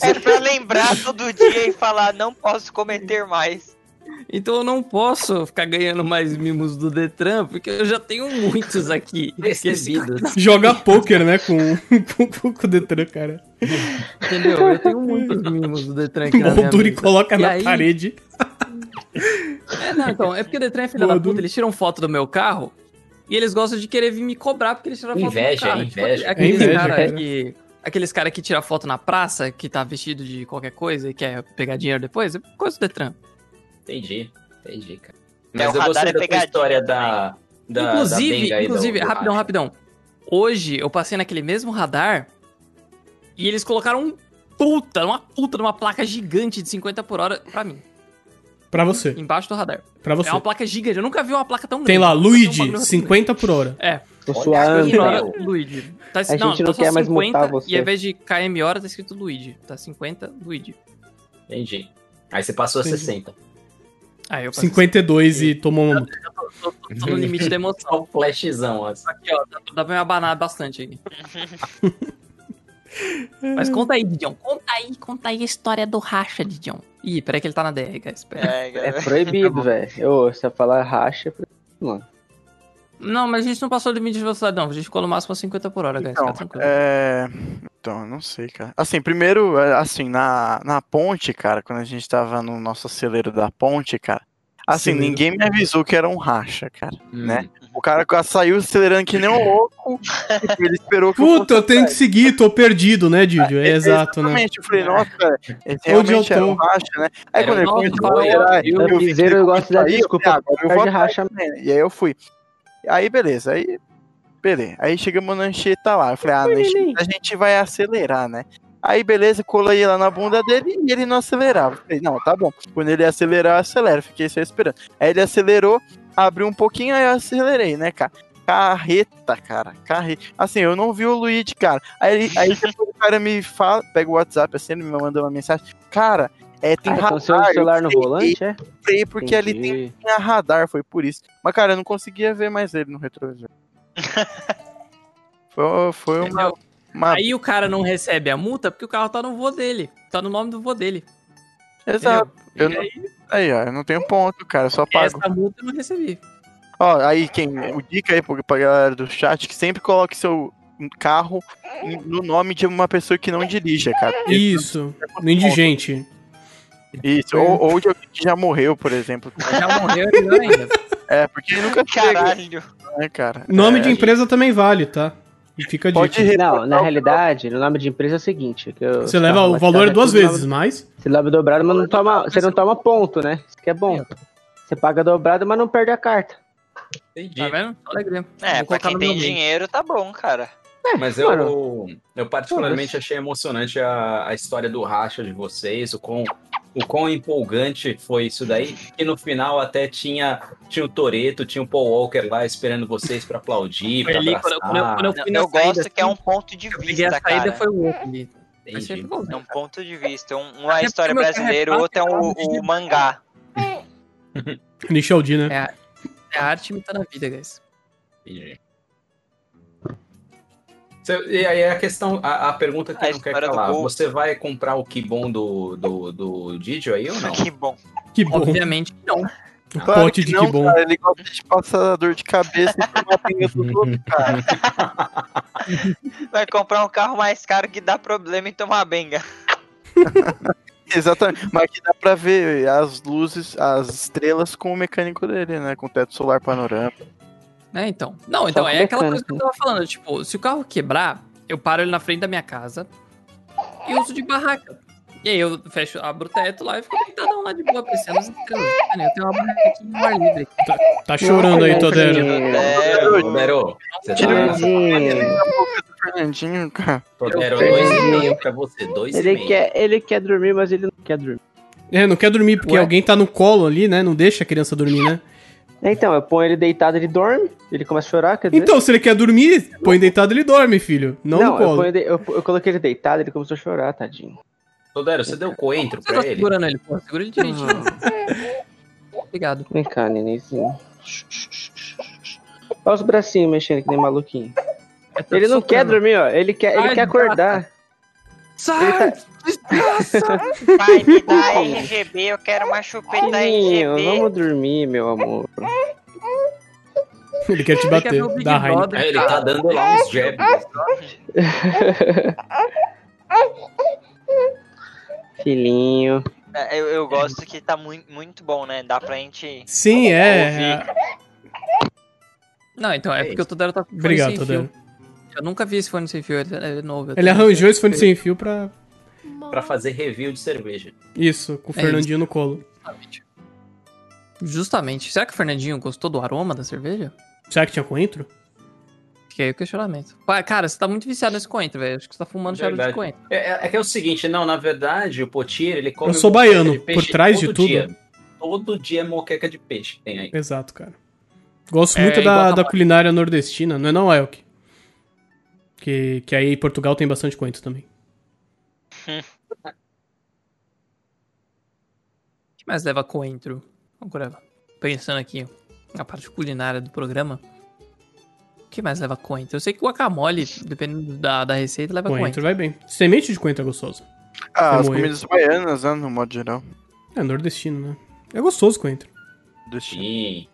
Speaker 8: É pra lembrar todo dia e falar, não posso cometer mais.
Speaker 4: Então eu não posso ficar ganhando mais mimos do Detran, porque eu já tenho muitos aqui recebidos.
Speaker 2: Jogar pôquer, né? Com, com, com o Detran, cara.
Speaker 4: Entendeu? Eu tenho muitos mimos do Detran aqui na minha
Speaker 2: Moldura e
Speaker 4: mesa.
Speaker 2: coloca
Speaker 4: E
Speaker 2: na
Speaker 4: aí-
Speaker 2: parede.
Speaker 4: É, não, então, é porque o Detran é filha da puta, eles tiram foto do meu carro e eles gostam de querer vir me cobrar porque eles tiraram foto
Speaker 1: Inveja,
Speaker 4: do meu carro.
Speaker 1: é
Speaker 4: Tipo,
Speaker 1: inveja.
Speaker 4: aqu- aqueles
Speaker 1: É inveja,
Speaker 4: cara
Speaker 1: cara.
Speaker 4: que... Aqueles cara que tira foto na praça, que tá vestido de qualquer coisa e quer pegar dinheiro depois, é coisa do Detran.
Speaker 1: Entendi, entendi, cara.
Speaker 4: É,
Speaker 1: Mas
Speaker 4: o
Speaker 1: eu
Speaker 4: radar
Speaker 1: gostei da
Speaker 4: é
Speaker 1: tua
Speaker 4: pegadinha
Speaker 1: história da, da. da
Speaker 4: inclusive,
Speaker 1: benga aí, do-
Speaker 4: inclusive
Speaker 1: do
Speaker 4: rapidão,
Speaker 1: racha.
Speaker 4: rapidão. Hoje eu passei naquele mesmo radar e eles colocaram um puta, uma puta de uma placa gigante de 50 por hora pra mim,
Speaker 2: Pra você.
Speaker 4: embaixo do radar.
Speaker 2: Pra você.
Speaker 4: É uma placa gigante, eu nunca vi uma placa tão grande.
Speaker 2: Tem lá,
Speaker 4: Nunca vi um
Speaker 2: Luigi,
Speaker 4: bagulho assim.
Speaker 2: 50 por hora.
Speaker 4: É.
Speaker 14: Tô suando, meu.
Speaker 4: Luigi. Tá,
Speaker 14: A
Speaker 4: escrito-
Speaker 14: gente não
Speaker 4: tá só
Speaker 14: quer mais mutar você.
Speaker 4: E ao invés de KM hora, tá escrito Luigi. Tá 50, Luigi.
Speaker 1: Entendi. Aí você passou a
Speaker 4: Entendi.
Speaker 1: 60.
Speaker 4: Aí eu passei.
Speaker 2: 52 e tomou uma. multa.
Speaker 4: Tô no limite da emoção.
Speaker 1: um flashzão, ó.
Speaker 4: Aqui, ó, dá, dá pra me abanar bastante aqui. Mas conta aí, Didion. Conta aí, conta aí a história do racha, Didion. Ih, peraí que ele tá na DR, guys.
Speaker 8: É,
Speaker 14: É
Speaker 3: Tá
Speaker 14: proibido, velho. Eu, se eu falar racha, é proibido, mano.
Speaker 4: Não, mas a gente não passou o limite de velocidade, não. A gente ficou no máximo a 50 por hora, guys.
Speaker 3: Então,
Speaker 4: Fica tranquilo.
Speaker 3: é... então, eu não sei, cara. Assim, primeiro, é, assim, na, na ponte, cara, quando a gente tava no nosso celeiro da ponte, cara, assim,
Speaker 14: Celeiro.
Speaker 3: ninguém me avisou que era um racha, cara, né? O cara saiu acelerando que nem um louco, tipo, ele esperou que eu
Speaker 2: Puta, eu
Speaker 3: fosse
Speaker 2: tenho que seguir, tô perdido, né, Didio? É exato, né?
Speaker 3: Exatamente, eu falei, nossa, esse
Speaker 2: eu
Speaker 3: realmente era
Speaker 2: tô?
Speaker 3: um racha, né? Aí
Speaker 2: Era
Speaker 3: quando ele
Speaker 2: um
Speaker 3: foi
Speaker 2: racha.
Speaker 3: acelerar,
Speaker 14: Eu- eu
Speaker 3: vi que
Speaker 14: piseiro,
Speaker 3: ele
Speaker 14: eu gosto da
Speaker 3: saiu,
Speaker 14: desculpa,
Speaker 3: falei, "Ah, agora eu
Speaker 14: de
Speaker 3: vou atrás
Speaker 14: racha
Speaker 3: também. E aí eu fui. Aí beleza, aí beleza. Aí chegamos na Anchieta lá, eu falei, ah, na Anchieta a gente vai acelerar, né? Aí beleza, colei lá na bunda dele e ele não acelerava. Eu Falei, não, tá bom. Quando ele acelerar, eu acelero. Fiquei só esperando. Aí ele acelerou, abriu um pouquinho, aí eu acelerei, né, cara? Carreta, cara. Carreta. Assim, eu não vi o Luigi, cara. Aí, ele- aí depois o cara me fala, pega o WhatsApp assim, ele me manda uma mensagem. Cara, é, tem
Speaker 14: Ah, então
Speaker 3: radar.
Speaker 14: seu celular no
Speaker 3: eu freei,
Speaker 14: volante, é?
Speaker 3: freei, porque ali
Speaker 14: Entendi.
Speaker 3: tem, tinha radar, foi por isso. Mas, cara, eu não conseguia ver mais ele no retrovisor. foi, foi uma. uma-
Speaker 4: Aí o cara não recebe a multa porque o carro tá no vô dele. Tá no nome do vô dele.
Speaker 3: Exato. Eu
Speaker 4: E
Speaker 3: não-
Speaker 4: aí?
Speaker 3: Aí, ó, eu não tenho ponto, cara, eu só pago.
Speaker 4: Essa multa eu não recebi.
Speaker 3: Ó, aí quem. O dica aí pro- pra galera do chat que sempre coloque seu carro no nome de uma pessoa que não dirija, cara. é
Speaker 2: Isso, no indigente.
Speaker 4: É,
Speaker 3: Isso, ou, ou de alguém que já morreu, por exemplo.
Speaker 4: Já morreu, é melhor ainda.
Speaker 3: É, porque ele nunca
Speaker 8: Caralho.
Speaker 3: Né, cara?
Speaker 2: Nome
Speaker 3: É,
Speaker 2: de empresa também vale, tá? E fica a dica.
Speaker 14: Não, na realidade, o nome de empresa é o seguinte. que eu-
Speaker 2: Você leva o
Speaker 14: mas
Speaker 2: valor
Speaker 14: tá
Speaker 2: duas
Speaker 14: tudo
Speaker 2: vezes,
Speaker 14: nome-
Speaker 2: mas.
Speaker 14: Você leva dobrado, mas não toma, você não toma ponto, né? Isso que é bom. Você paga dobrado, mas não perde a carta.
Speaker 4: Tá vendo? Só Alegria.
Speaker 8: É,
Speaker 4: Vou
Speaker 8: pra
Speaker 4: colocar
Speaker 8: quem
Speaker 4: no
Speaker 8: tem
Speaker 4: meu meio.
Speaker 8: dinheiro, tá bom, cara.
Speaker 1: Mas eu, eu particularmente achei emocionante a, a história do racha de vocês, o quão, o quão empolgante foi isso daí. E no final até tinha, tinha o Toreto, tinha o Paul Walker lá esperando vocês pra aplaudir, pra
Speaker 4: Ali,
Speaker 1: abraçar.
Speaker 4: quando eu- quando eu- quando eu fui na
Speaker 8: Eu gosto
Speaker 4: saída,
Speaker 8: que é
Speaker 4: assim,
Speaker 8: um ponto de
Speaker 4: Peguei a
Speaker 8: vista,
Speaker 4: saída
Speaker 8: cara.
Speaker 4: foi o outro ali. Mas
Speaker 1: Entendi.
Speaker 4: sempre igual,
Speaker 8: É
Speaker 4: né?
Speaker 8: um ponto de vista. Um, um é a
Speaker 4: Até
Speaker 8: história
Speaker 4: porque meu
Speaker 8: brasileira,
Speaker 4: carro é
Speaker 8: o outro é o,
Speaker 4: fácil de
Speaker 8: o mangá.
Speaker 2: Nishaldi, né?
Speaker 4: É a, é a arte imitando a vida, guys.
Speaker 1: Entendi. Cê- E aí a questão, a, a pergunta que
Speaker 8: A
Speaker 1: eu não quer
Speaker 8: história do
Speaker 1: calar,
Speaker 8: gol.
Speaker 1: você vai comprar o que bom do, do, do Didio aí ou não?
Speaker 8: Que bom.
Speaker 4: É,
Speaker 2: Que bom.
Speaker 4: Obviamente que não.
Speaker 2: O
Speaker 3: É Claro
Speaker 2: um pote
Speaker 3: que
Speaker 2: de
Speaker 3: não,
Speaker 2: que bom.
Speaker 3: Cara, ele gosta de passar dor de cabeça e tomar pinga do outro, cara.
Speaker 8: Vai comprar um carro mais caro que dá problema em tomar benga.
Speaker 3: Exatamente. Mas aqui dá pra ver as luzes, as estrelas com o mecânico dele, né? Com o teto solar panorâmico.
Speaker 4: É, então. Não, então,
Speaker 14: Só né?
Speaker 4: é aquela coisa
Speaker 14: mecânico.
Speaker 4: que eu tava falando. Tipo, se o carro quebrar, eu paro ele na frente da minha casa e uso de barraca. E aí eu fecho, abro o teto lá e fico deitadão lá de boa, apreciando as estrelas. Mano, Eu tenho uma barraca aqui no ar livre.
Speaker 2: Tá chorando aí, Todero.
Speaker 1: Todero, Todero, você tá
Speaker 14: Fernandinho.
Speaker 3: Fernandinho, cara.
Speaker 1: Todero, dois e meio pra você, dois e
Speaker 14: Ele
Speaker 1: meio.
Speaker 14: quer, ele quer dormir, mas ele não quer dormir.
Speaker 2: É, não quer dormir porque alguém tá no colo ali, né? Não deixa a criança dormir, né?
Speaker 14: Então, eu ponho ele deitado, ele dorme, ele começa a chorar, quer dizer...
Speaker 2: Então, se ele quer dormir, põe deitado ele dorme, filho. Não,
Speaker 14: Não,
Speaker 2: no
Speaker 14: eu,
Speaker 2: colo.
Speaker 14: ponho de- eu, eu coloquei ele deitado, ele começou a chorar, tadinho.
Speaker 1: Todero, você deu coentro
Speaker 4: Você tá
Speaker 1: pra ele?
Speaker 4: segurando ele, pô. Segura ele direitinho. Obrigado.
Speaker 14: Vem cá, nenenzinho. Olha os bracinhos mexendo que nem maluquinho. Ele tá não quer dormir, ó. Ele quer, ele
Speaker 4: Ai,
Speaker 14: quer acordar.
Speaker 4: Sai!
Speaker 8: Pai, me dá RGB, eu quero uma chupeta
Speaker 14: Menino,
Speaker 8: RGB.
Speaker 14: vamos dormir, meu amor.
Speaker 2: Ele quer te
Speaker 14: quer ver
Speaker 2: bater.
Speaker 14: o Big
Speaker 2: Dá raiva.
Speaker 14: Brother, É, ele tá cara. dando
Speaker 1: lá uns jabs.
Speaker 14: Filhinho.
Speaker 8: É, Eu, eu gosto que tá muito, muito bom, né? Dá pra gente.
Speaker 2: Sim, é.
Speaker 4: Não, então, é porque o Todero tá com fone
Speaker 2: Obrigado,
Speaker 4: sem
Speaker 2: Todero.
Speaker 4: fio. Eu nunca vi esse fone sem fio, ele é novo. eu
Speaker 2: Ele
Speaker 4: tô-
Speaker 2: arranjou esse fone sem fio pra.
Speaker 1: Pra fazer review de cerveja.
Speaker 2: Isso, com o
Speaker 4: É
Speaker 2: Fernandinho no colo.
Speaker 4: Justamente. Será que o Fernandinho gostou do aroma da cerveja?
Speaker 2: Será que tinha coentro?
Speaker 4: Fiquei aí o questionamento. Pá, Cara, você tá muito viciado nesse coentro, velho. Acho que você tá fumando charuto de
Speaker 1: Verdade.
Speaker 4: coentro.
Speaker 1: É, é- é que é o seguinte, não, na verdade, o Potira, ele come...
Speaker 2: Eu sou
Speaker 1: moqueca
Speaker 2: baiano,
Speaker 1: de peixe
Speaker 2: por trás de
Speaker 1: todo
Speaker 2: tudo.
Speaker 1: dia. Todo dia é moqueca de peixe que tem aí.
Speaker 2: Exato, cara. Gosto
Speaker 1: É,
Speaker 2: muito
Speaker 1: igual
Speaker 2: da,
Speaker 1: a
Speaker 2: da
Speaker 1: Mari.
Speaker 2: culinária nordestina, não é não, Elk? Que, que aí em Portugal tem bastante coentro também.
Speaker 4: que mais leva coentro? Agora, pensando aqui na parte culinária do programa, o que mais leva coentro? Eu sei que o guacamole, dependendo da, da receita, leva
Speaker 2: coentro, né?
Speaker 4: coentro.
Speaker 2: vai bem. Semente de coentro é gostosa.
Speaker 3: Ah,
Speaker 2: Você
Speaker 3: as
Speaker 2: moer.
Speaker 3: comidas baianas, né? No modo geral.
Speaker 2: É nordestino, né? É gostoso coentro.
Speaker 1: Sim.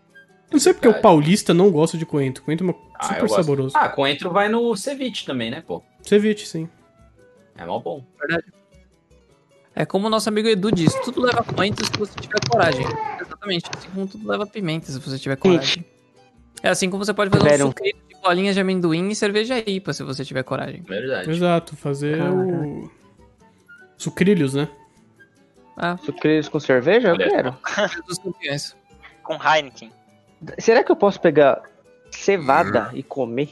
Speaker 2: Eu não sei porque o paulista não gosta de coentro. Coentro é uma-
Speaker 1: Ah, eu
Speaker 2: super
Speaker 1: gosto.
Speaker 2: saboroso.
Speaker 1: Ah, coentro vai no ceviche também, né, pô?
Speaker 2: Ceviche, sim.
Speaker 1: É mó bom.
Speaker 4: Verdade. É como o nosso amigo Edu diz, tudo leva coentro se você tiver coragem. Exatamente, assim como tudo leva pimenta se você tiver coragem. É assim como você pode fazer
Speaker 2: Tiveram.
Speaker 4: um sucrilho de bolinhas de amendoim e cerveja IPA se você tiver coragem.
Speaker 1: é Verdade.
Speaker 2: Exato, fazer o. Sucrilhos, né?
Speaker 4: Ah.
Speaker 14: Sucrilhos com cerveja? Eu
Speaker 2: Olha.
Speaker 14: quero.
Speaker 4: Dos campeões.
Speaker 8: Com Heineken.
Speaker 14: Será que eu posso pegar cevada
Speaker 2: Hum.
Speaker 14: e comer?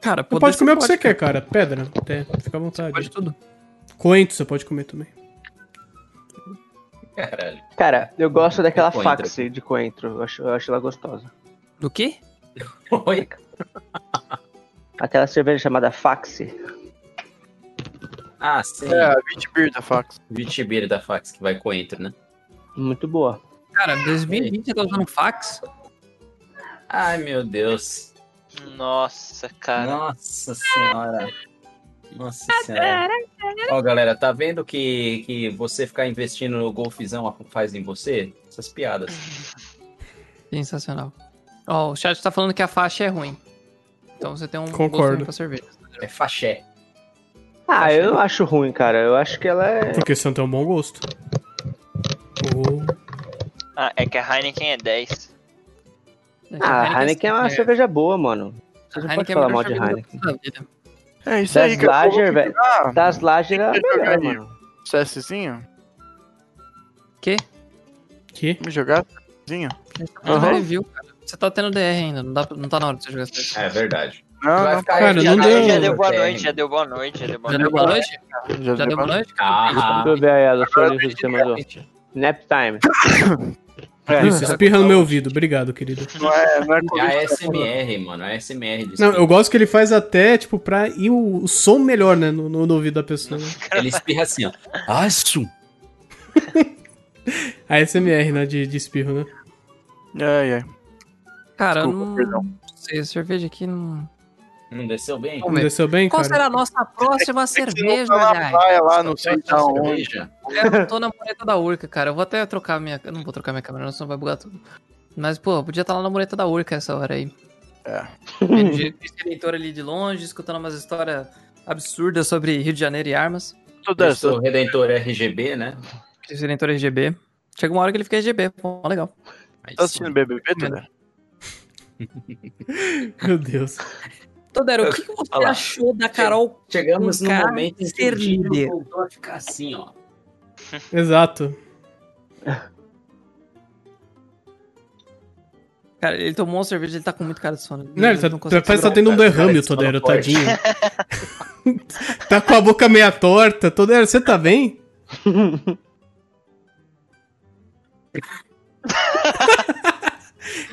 Speaker 4: Cara,
Speaker 2: Você pode comer o que você quer, cara. Pedra, até. Fica à vontade.
Speaker 4: pode tudo.
Speaker 2: Coentro você pode comer também.
Speaker 1: Caralho.
Speaker 14: Cara, eu gosto daquela
Speaker 2: coentro.
Speaker 14: faxe de coentro. Eu acho, eu acho ela gostosa.
Speaker 4: Do quê?
Speaker 1: Oi?
Speaker 14: Aquela cerveja chamada faxe.
Speaker 1: Ah, sim.
Speaker 14: É, a
Speaker 1: Vitibir da Fax. Vitibir da Fax, que vai coentro, né?
Speaker 14: Muito boa.
Speaker 4: Cara, 2020 você tá usando fax?
Speaker 1: Ai, meu Deus.
Speaker 8: Nossa, cara.
Speaker 1: Nossa senhora. Nossa senhora. Ó, galera, tá vendo que, que você ficar investindo no golfizão faz em você? Essas piadas.
Speaker 4: Sensacional. Ó, o chat tá falando que a faixa é ruim. Então você tem um gosto ruim
Speaker 14: Concordo.
Speaker 4: pra cerveja.
Speaker 1: É faché.
Speaker 14: Ah, eu não acho ruim, cara. Eu acho que ela é.
Speaker 2: Porque você não tem um bom gosto. Ou-
Speaker 8: Ah, é que a Heineken é 10.
Speaker 14: Ah, a Heineken é uma cerveja boa, mano. Você não pode
Speaker 8: Heineken é a
Speaker 14: falar
Speaker 8: melhor
Speaker 14: mal de
Speaker 8: cerveja
Speaker 14: Heineken.
Speaker 3: É isso
Speaker 14: das
Speaker 3: aí, cara.
Speaker 14: Lager, velho. Das Lager é a melhor, mano.
Speaker 3: CSzinho?
Speaker 4: Quê?
Speaker 2: Que?
Speaker 3: Me jogar CSzinho?
Speaker 4: Mas não viu, tá cara. Você tá tendo DR ainda, não, dá, pra- não tá na hora de você jogar essa cerveja.
Speaker 1: É verdade.
Speaker 3: Não,
Speaker 1: Vai
Speaker 3: não,
Speaker 1: ficar
Speaker 2: Ah, cara,
Speaker 1: aí,
Speaker 2: não
Speaker 1: já,
Speaker 2: deu.
Speaker 1: já deu
Speaker 8: Boa
Speaker 1: boa
Speaker 8: noite,
Speaker 1: noite.
Speaker 8: já deu boa noite, já deu boa
Speaker 4: Já
Speaker 8: noite.
Speaker 4: deu boa noite?
Speaker 3: Já
Speaker 4: deu boa noite?
Speaker 1: Ah,
Speaker 14: Deixa eu ver aí ela, só olhar o que você mandou. Nap time.
Speaker 2: Isso, espirra no meu ouvido. Obrigado, querido.
Speaker 3: É, Não é, não é
Speaker 1: É a SMR, mano. É a SMR disso.
Speaker 2: Não, eu gosto que ele faz até, tipo, pra ir o, o som melhor, né? No, no, no ouvido da pessoa. né?
Speaker 1: Ele espirra assim, ó. Acho.
Speaker 2: A SMR, né? De, de espirro, né?
Speaker 3: Ai, ai.
Speaker 4: Cara,
Speaker 2: Desculpa,
Speaker 4: eu não não sei, a cerveja aqui não...
Speaker 1: Não desceu bem?
Speaker 2: Não desceu bem,
Speaker 4: Qual
Speaker 2: cara?
Speaker 4: será a nossa próxima cerveja, Jai?
Speaker 3: Vai lá, não sei da então, onde.
Speaker 1: Cerveja.
Speaker 4: É, Eu tô na mureta da Urca, cara. Eu vou até trocar minha... Eu não vou trocar minha câmera, senão vai bugar tudo. Mas, pô, podia estar lá na mureta da Urca essa hora aí.
Speaker 3: É.
Speaker 4: Eleitor ali de longe, escutando umas histórias absurdas sobre Rio de Janeiro e armas.
Speaker 3: um, tá
Speaker 1: Cristo Redentor RGB, né?
Speaker 4: Cristo Redentor RGB. Chega uma hora que ele fica RGB. Pô, legal.
Speaker 3: Tá assistindo BBB, Tudor?
Speaker 2: Meu Deus.
Speaker 4: Todero, o que que você
Speaker 1: Olha lá.
Speaker 4: achou da Carol
Speaker 1: Chegamos no
Speaker 4: Conká
Speaker 1: momento em que
Speaker 4: ser
Speaker 1: o Gino
Speaker 4: líder?
Speaker 1: voltou a ficar assim, ó.
Speaker 2: Exato.
Speaker 4: Cara, ele tomou uma cerveja, ele tá com muito cara de sono.
Speaker 2: Não, ele tá,
Speaker 4: consegue
Speaker 2: parece que tá
Speaker 4: segurar.
Speaker 2: tendo um derrame, o Todero, tadinho. tá com a boca meia torta. Todero, você tá bem?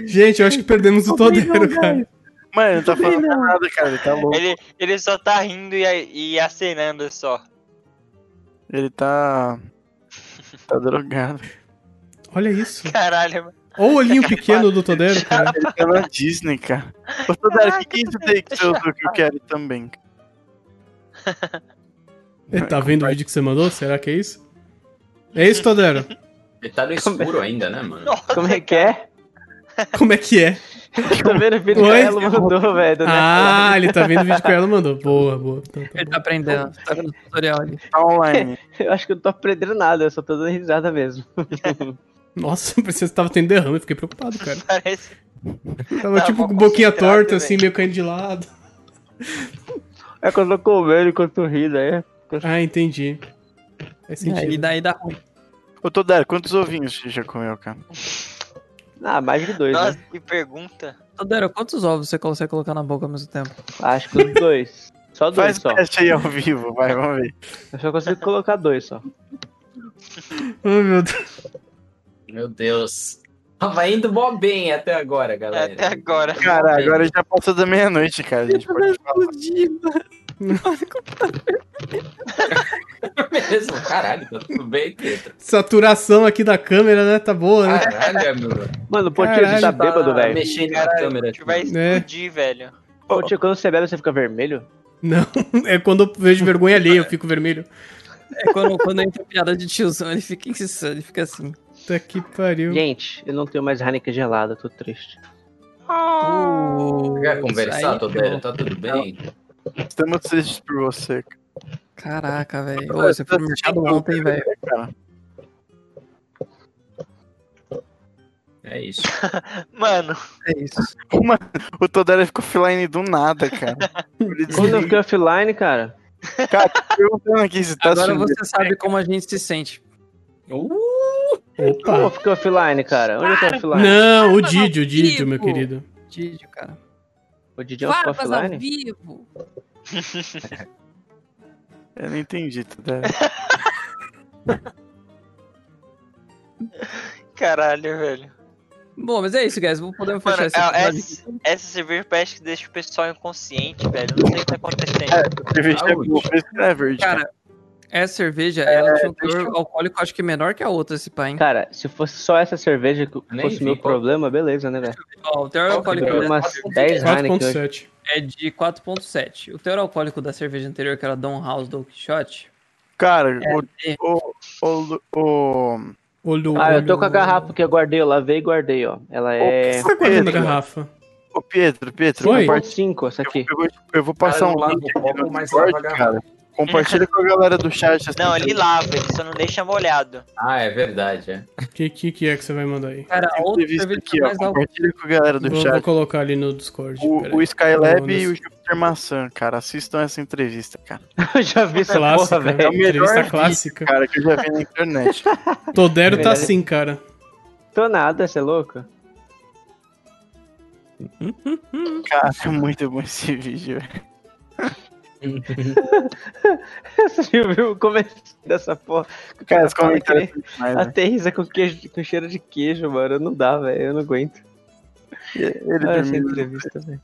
Speaker 2: Gente, eu acho que perdemos o Todero, cara.
Speaker 3: Mano, não tá falando nada, cara. Ele tá louco.
Speaker 8: Ele, ele só tá rindo e, e acenando só.
Speaker 3: Ele tá. Tá drogado.
Speaker 2: Olha isso.
Speaker 8: Caralho, mano.
Speaker 2: Olha o olhinho pequeno do Todero, cara.
Speaker 3: Ele tá na Disney, cara. Ô, Todero, o que que isso tem que eu, que eu quero também?
Speaker 2: Ele tá vendo o vídeo que você mandou? Será que é isso? É isso, Todero?
Speaker 1: Ele tá no escuro ainda, né, mano?
Speaker 14: Como é que é?
Speaker 2: Como é que é?
Speaker 14: Tá vendo o vídeo que
Speaker 2: Oi?
Speaker 14: ela mandou, velho? né?
Speaker 2: Ah, ele tá vendo o vídeo que ela mandou. Boa, boa. Então, tá
Speaker 4: Ele tá aprendendo, tá vendo o tutorial ali.
Speaker 3: Tá online.
Speaker 14: Eu acho que eu não tô aprendendo nada, eu só tô dando risada mesmo.
Speaker 2: Nossa, parecia que você tava tendo derrame, eu fiquei preocupado, cara.
Speaker 8: Parece.
Speaker 2: Tava
Speaker 8: Tá,
Speaker 2: tipo
Speaker 8: mó
Speaker 2: com boquinha
Speaker 8: concentrado,
Speaker 2: torta, assim,
Speaker 8: velho.
Speaker 2: meio caindo de lado.
Speaker 14: É quando eu tô comendo enquanto tô rindo, aí.
Speaker 2: Ah, entendi. Faz
Speaker 4: E
Speaker 2: sentido.
Speaker 4: daí dá ruim.
Speaker 3: Ô, Todero, quantos ovinhos você já comeu, cara?
Speaker 14: Ah, mais de dois,
Speaker 8: Nossa,
Speaker 14: né?
Speaker 8: que pergunta.
Speaker 4: Todero, quantos ovos você consegue colocar na boca ao mesmo tempo?
Speaker 14: Acho que os dois. Só
Speaker 3: Faz
Speaker 14: dois só.
Speaker 3: o teste aí ao vivo, vai, vamos ver.
Speaker 14: Eu só consigo colocar dois só.
Speaker 2: Ai, meu Deus.
Speaker 1: Meu Deus. Tava indo mó bem até agora, galera.
Speaker 8: Até agora.
Speaker 3: Cara, agora já passou da meia-noite, cara. A gente pode falar.
Speaker 1: mesmo. Caralho, tá tudo bem, Pedro.
Speaker 2: Saturação aqui da câmera, né? Tá boa,
Speaker 1: Ah,
Speaker 2: né?
Speaker 1: Caralho, meu.
Speaker 14: Mano, o Pontinho, você tá
Speaker 2: Caralho.
Speaker 14: bêbado,
Speaker 1: Tá
Speaker 14: velho.
Speaker 1: mexendo na
Speaker 8: Caralho,
Speaker 1: câmera.
Speaker 8: a gente vai
Speaker 2: Né?
Speaker 8: explodir, velho.
Speaker 14: Pontinho, quando você bebe, você fica vermelho?
Speaker 2: Não, é quando eu vejo vergonha alheia, eu fico vermelho.
Speaker 4: É quando, quando entra piada de tiozão, ele fica insano, ele fica assim.
Speaker 2: Puta que
Speaker 14: Hum.
Speaker 2: pariu.
Speaker 14: Gente, eu não tenho mais Heineken gelada, tô triste.
Speaker 4: Uh,
Speaker 1: Quer
Speaker 4: isso
Speaker 1: conversar,
Speaker 4: aí,
Speaker 1: Todero? Tá tudo bem?
Speaker 3: Estamos tristes por você, cara.
Speaker 4: Caraca, velho. Ô, Você foi
Speaker 3: tá
Speaker 4: murchado
Speaker 3: assim,
Speaker 4: ontem, velho.
Speaker 1: É isso.
Speaker 8: Mano,
Speaker 4: É isso.
Speaker 3: Mano, o Todero ficou offline do nada, cara. Ele
Speaker 14: Quando eu
Speaker 3: desligou.
Speaker 14: fiquei offline, cara.
Speaker 3: Cara, tô perguntando aqui se tá
Speaker 4: Agora
Speaker 3: sumido.
Speaker 4: você sabe como a gente se sente.
Speaker 8: Uh.
Speaker 14: Como eu
Speaker 2: Opa.
Speaker 14: fiquei offline, cara? Onde eu tô offline?
Speaker 2: Não, o Didi, o Didi, meu
Speaker 4: Tipo.
Speaker 2: querido.
Speaker 4: Tídio, cara.
Speaker 14: O Didi ficou offline?
Speaker 4: vivo.
Speaker 3: Eu não entendi, Todero.
Speaker 8: caralho, velho.
Speaker 4: Bom, mas é isso, guys. Podemos
Speaker 8: Mano,
Speaker 4: fechar esse
Speaker 8: é-
Speaker 4: episódio.
Speaker 8: essa, essa cerveja parece que deixa o pessoal inconsciente, velho. Não sei o que tá acontecendo.
Speaker 3: Cerveja é boa, por isso que não é verde, cara.
Speaker 4: Cara, essa É cerveja, ela tinha um teor alcoólico, acho que menor que a outra, esse pai, hein?
Speaker 14: Cara, se fosse só essa cerveja que
Speaker 1: Nem
Speaker 14: fosse
Speaker 1: vi
Speaker 14: meu
Speaker 1: qual-
Speaker 14: problema, beleza, né, velho?
Speaker 4: Ó, o teor
Speaker 1: Qual
Speaker 4: alcoólico
Speaker 1: que
Speaker 14: Tem
Speaker 1: é?
Speaker 4: dessa
Speaker 14: umas 10 Heineken
Speaker 2: 4.7.
Speaker 14: hoje.
Speaker 4: é de 4.7. O teor alcoólico da cerveja anterior, que era Don House Don Quixote,
Speaker 3: Cara,
Speaker 4: é.
Speaker 3: o, o, o, o-
Speaker 2: Olho,
Speaker 14: Ah, eu tô
Speaker 2: olho-
Speaker 14: com a garrafa que eu guardei, eu lavei e guardei, ó. Ela
Speaker 2: Por que
Speaker 14: é
Speaker 2: você tá guardando a
Speaker 3: Pedro.
Speaker 2: garrafa?
Speaker 3: o Pietro, Pietro,
Speaker 2: Oi?
Speaker 3: compartilha.
Speaker 14: 1.5 essa aqui.
Speaker 3: Eu vou, eu vou passar
Speaker 1: Cara,
Speaker 3: um
Speaker 1: não
Speaker 3: link
Speaker 1: lava o
Speaker 3: aqui
Speaker 1: copo,
Speaker 3: no
Speaker 1: mas
Speaker 3: Discord,
Speaker 1: lava a
Speaker 3: cara. Compartilha com a galera do chat. assim.
Speaker 8: Não, ele lava, ele só não deixa molhado.
Speaker 1: Ah, é verdade, é.
Speaker 2: O que, que, que é que você vai mandar aí?
Speaker 4: Cara, a
Speaker 3: Tem
Speaker 4: outra
Speaker 3: entrevista
Speaker 4: cerveja
Speaker 3: aqui,
Speaker 4: tinha
Speaker 3: ó.
Speaker 4: mais álcool.
Speaker 3: Compartilha com a galera do
Speaker 2: Vou, vou
Speaker 3: chat.
Speaker 2: colocar ali no Discord. peraí.
Speaker 3: O, o Skylab
Speaker 2: Eu
Speaker 3: e
Speaker 2: vou
Speaker 3: o Júpiter Maçã, cara. Assistam essa entrevista, cara.
Speaker 14: Eu já vi essa
Speaker 2: Clássica,
Speaker 14: porra, velho.
Speaker 3: É o melhor
Speaker 2: entrevista
Speaker 3: vídeo,
Speaker 2: clássica.
Speaker 3: Cara, que eu já vi na internet.
Speaker 2: Todero tá
Speaker 14: Verdade.
Speaker 2: assim, cara.
Speaker 14: Tô nada, você é louco?
Speaker 3: Cara, é muito bom esse vídeo. velho.
Speaker 14: Você viu o começo dessa porra? O
Speaker 3: Cara,
Speaker 14: cara
Speaker 3: os
Speaker 14: fala é que Ah,
Speaker 3: comentários
Speaker 14: ele
Speaker 3: são demais, né?
Speaker 14: aterriza com, queijo, com cheiro de queijo, mano. Não dá, velho. Eu não aguento.
Speaker 3: Ele
Speaker 14: Ah, essa
Speaker 3: dormiu.
Speaker 14: entrevista, velho.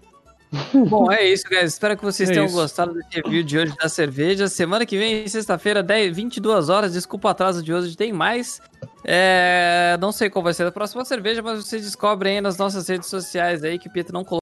Speaker 4: Bom, é isso, guys. Espero que vocês
Speaker 2: É
Speaker 4: tenham
Speaker 2: isso.
Speaker 4: gostado desse review de hoje da cerveja. Semana que vem, sexta-feira, 10, 22 horas. Desculpa o atraso de hoje, tem mais. É, Não sei qual vai ser a próxima cerveja, mas vocês descobrem aí nas nossas redes sociais aí que o Pietro não colocou.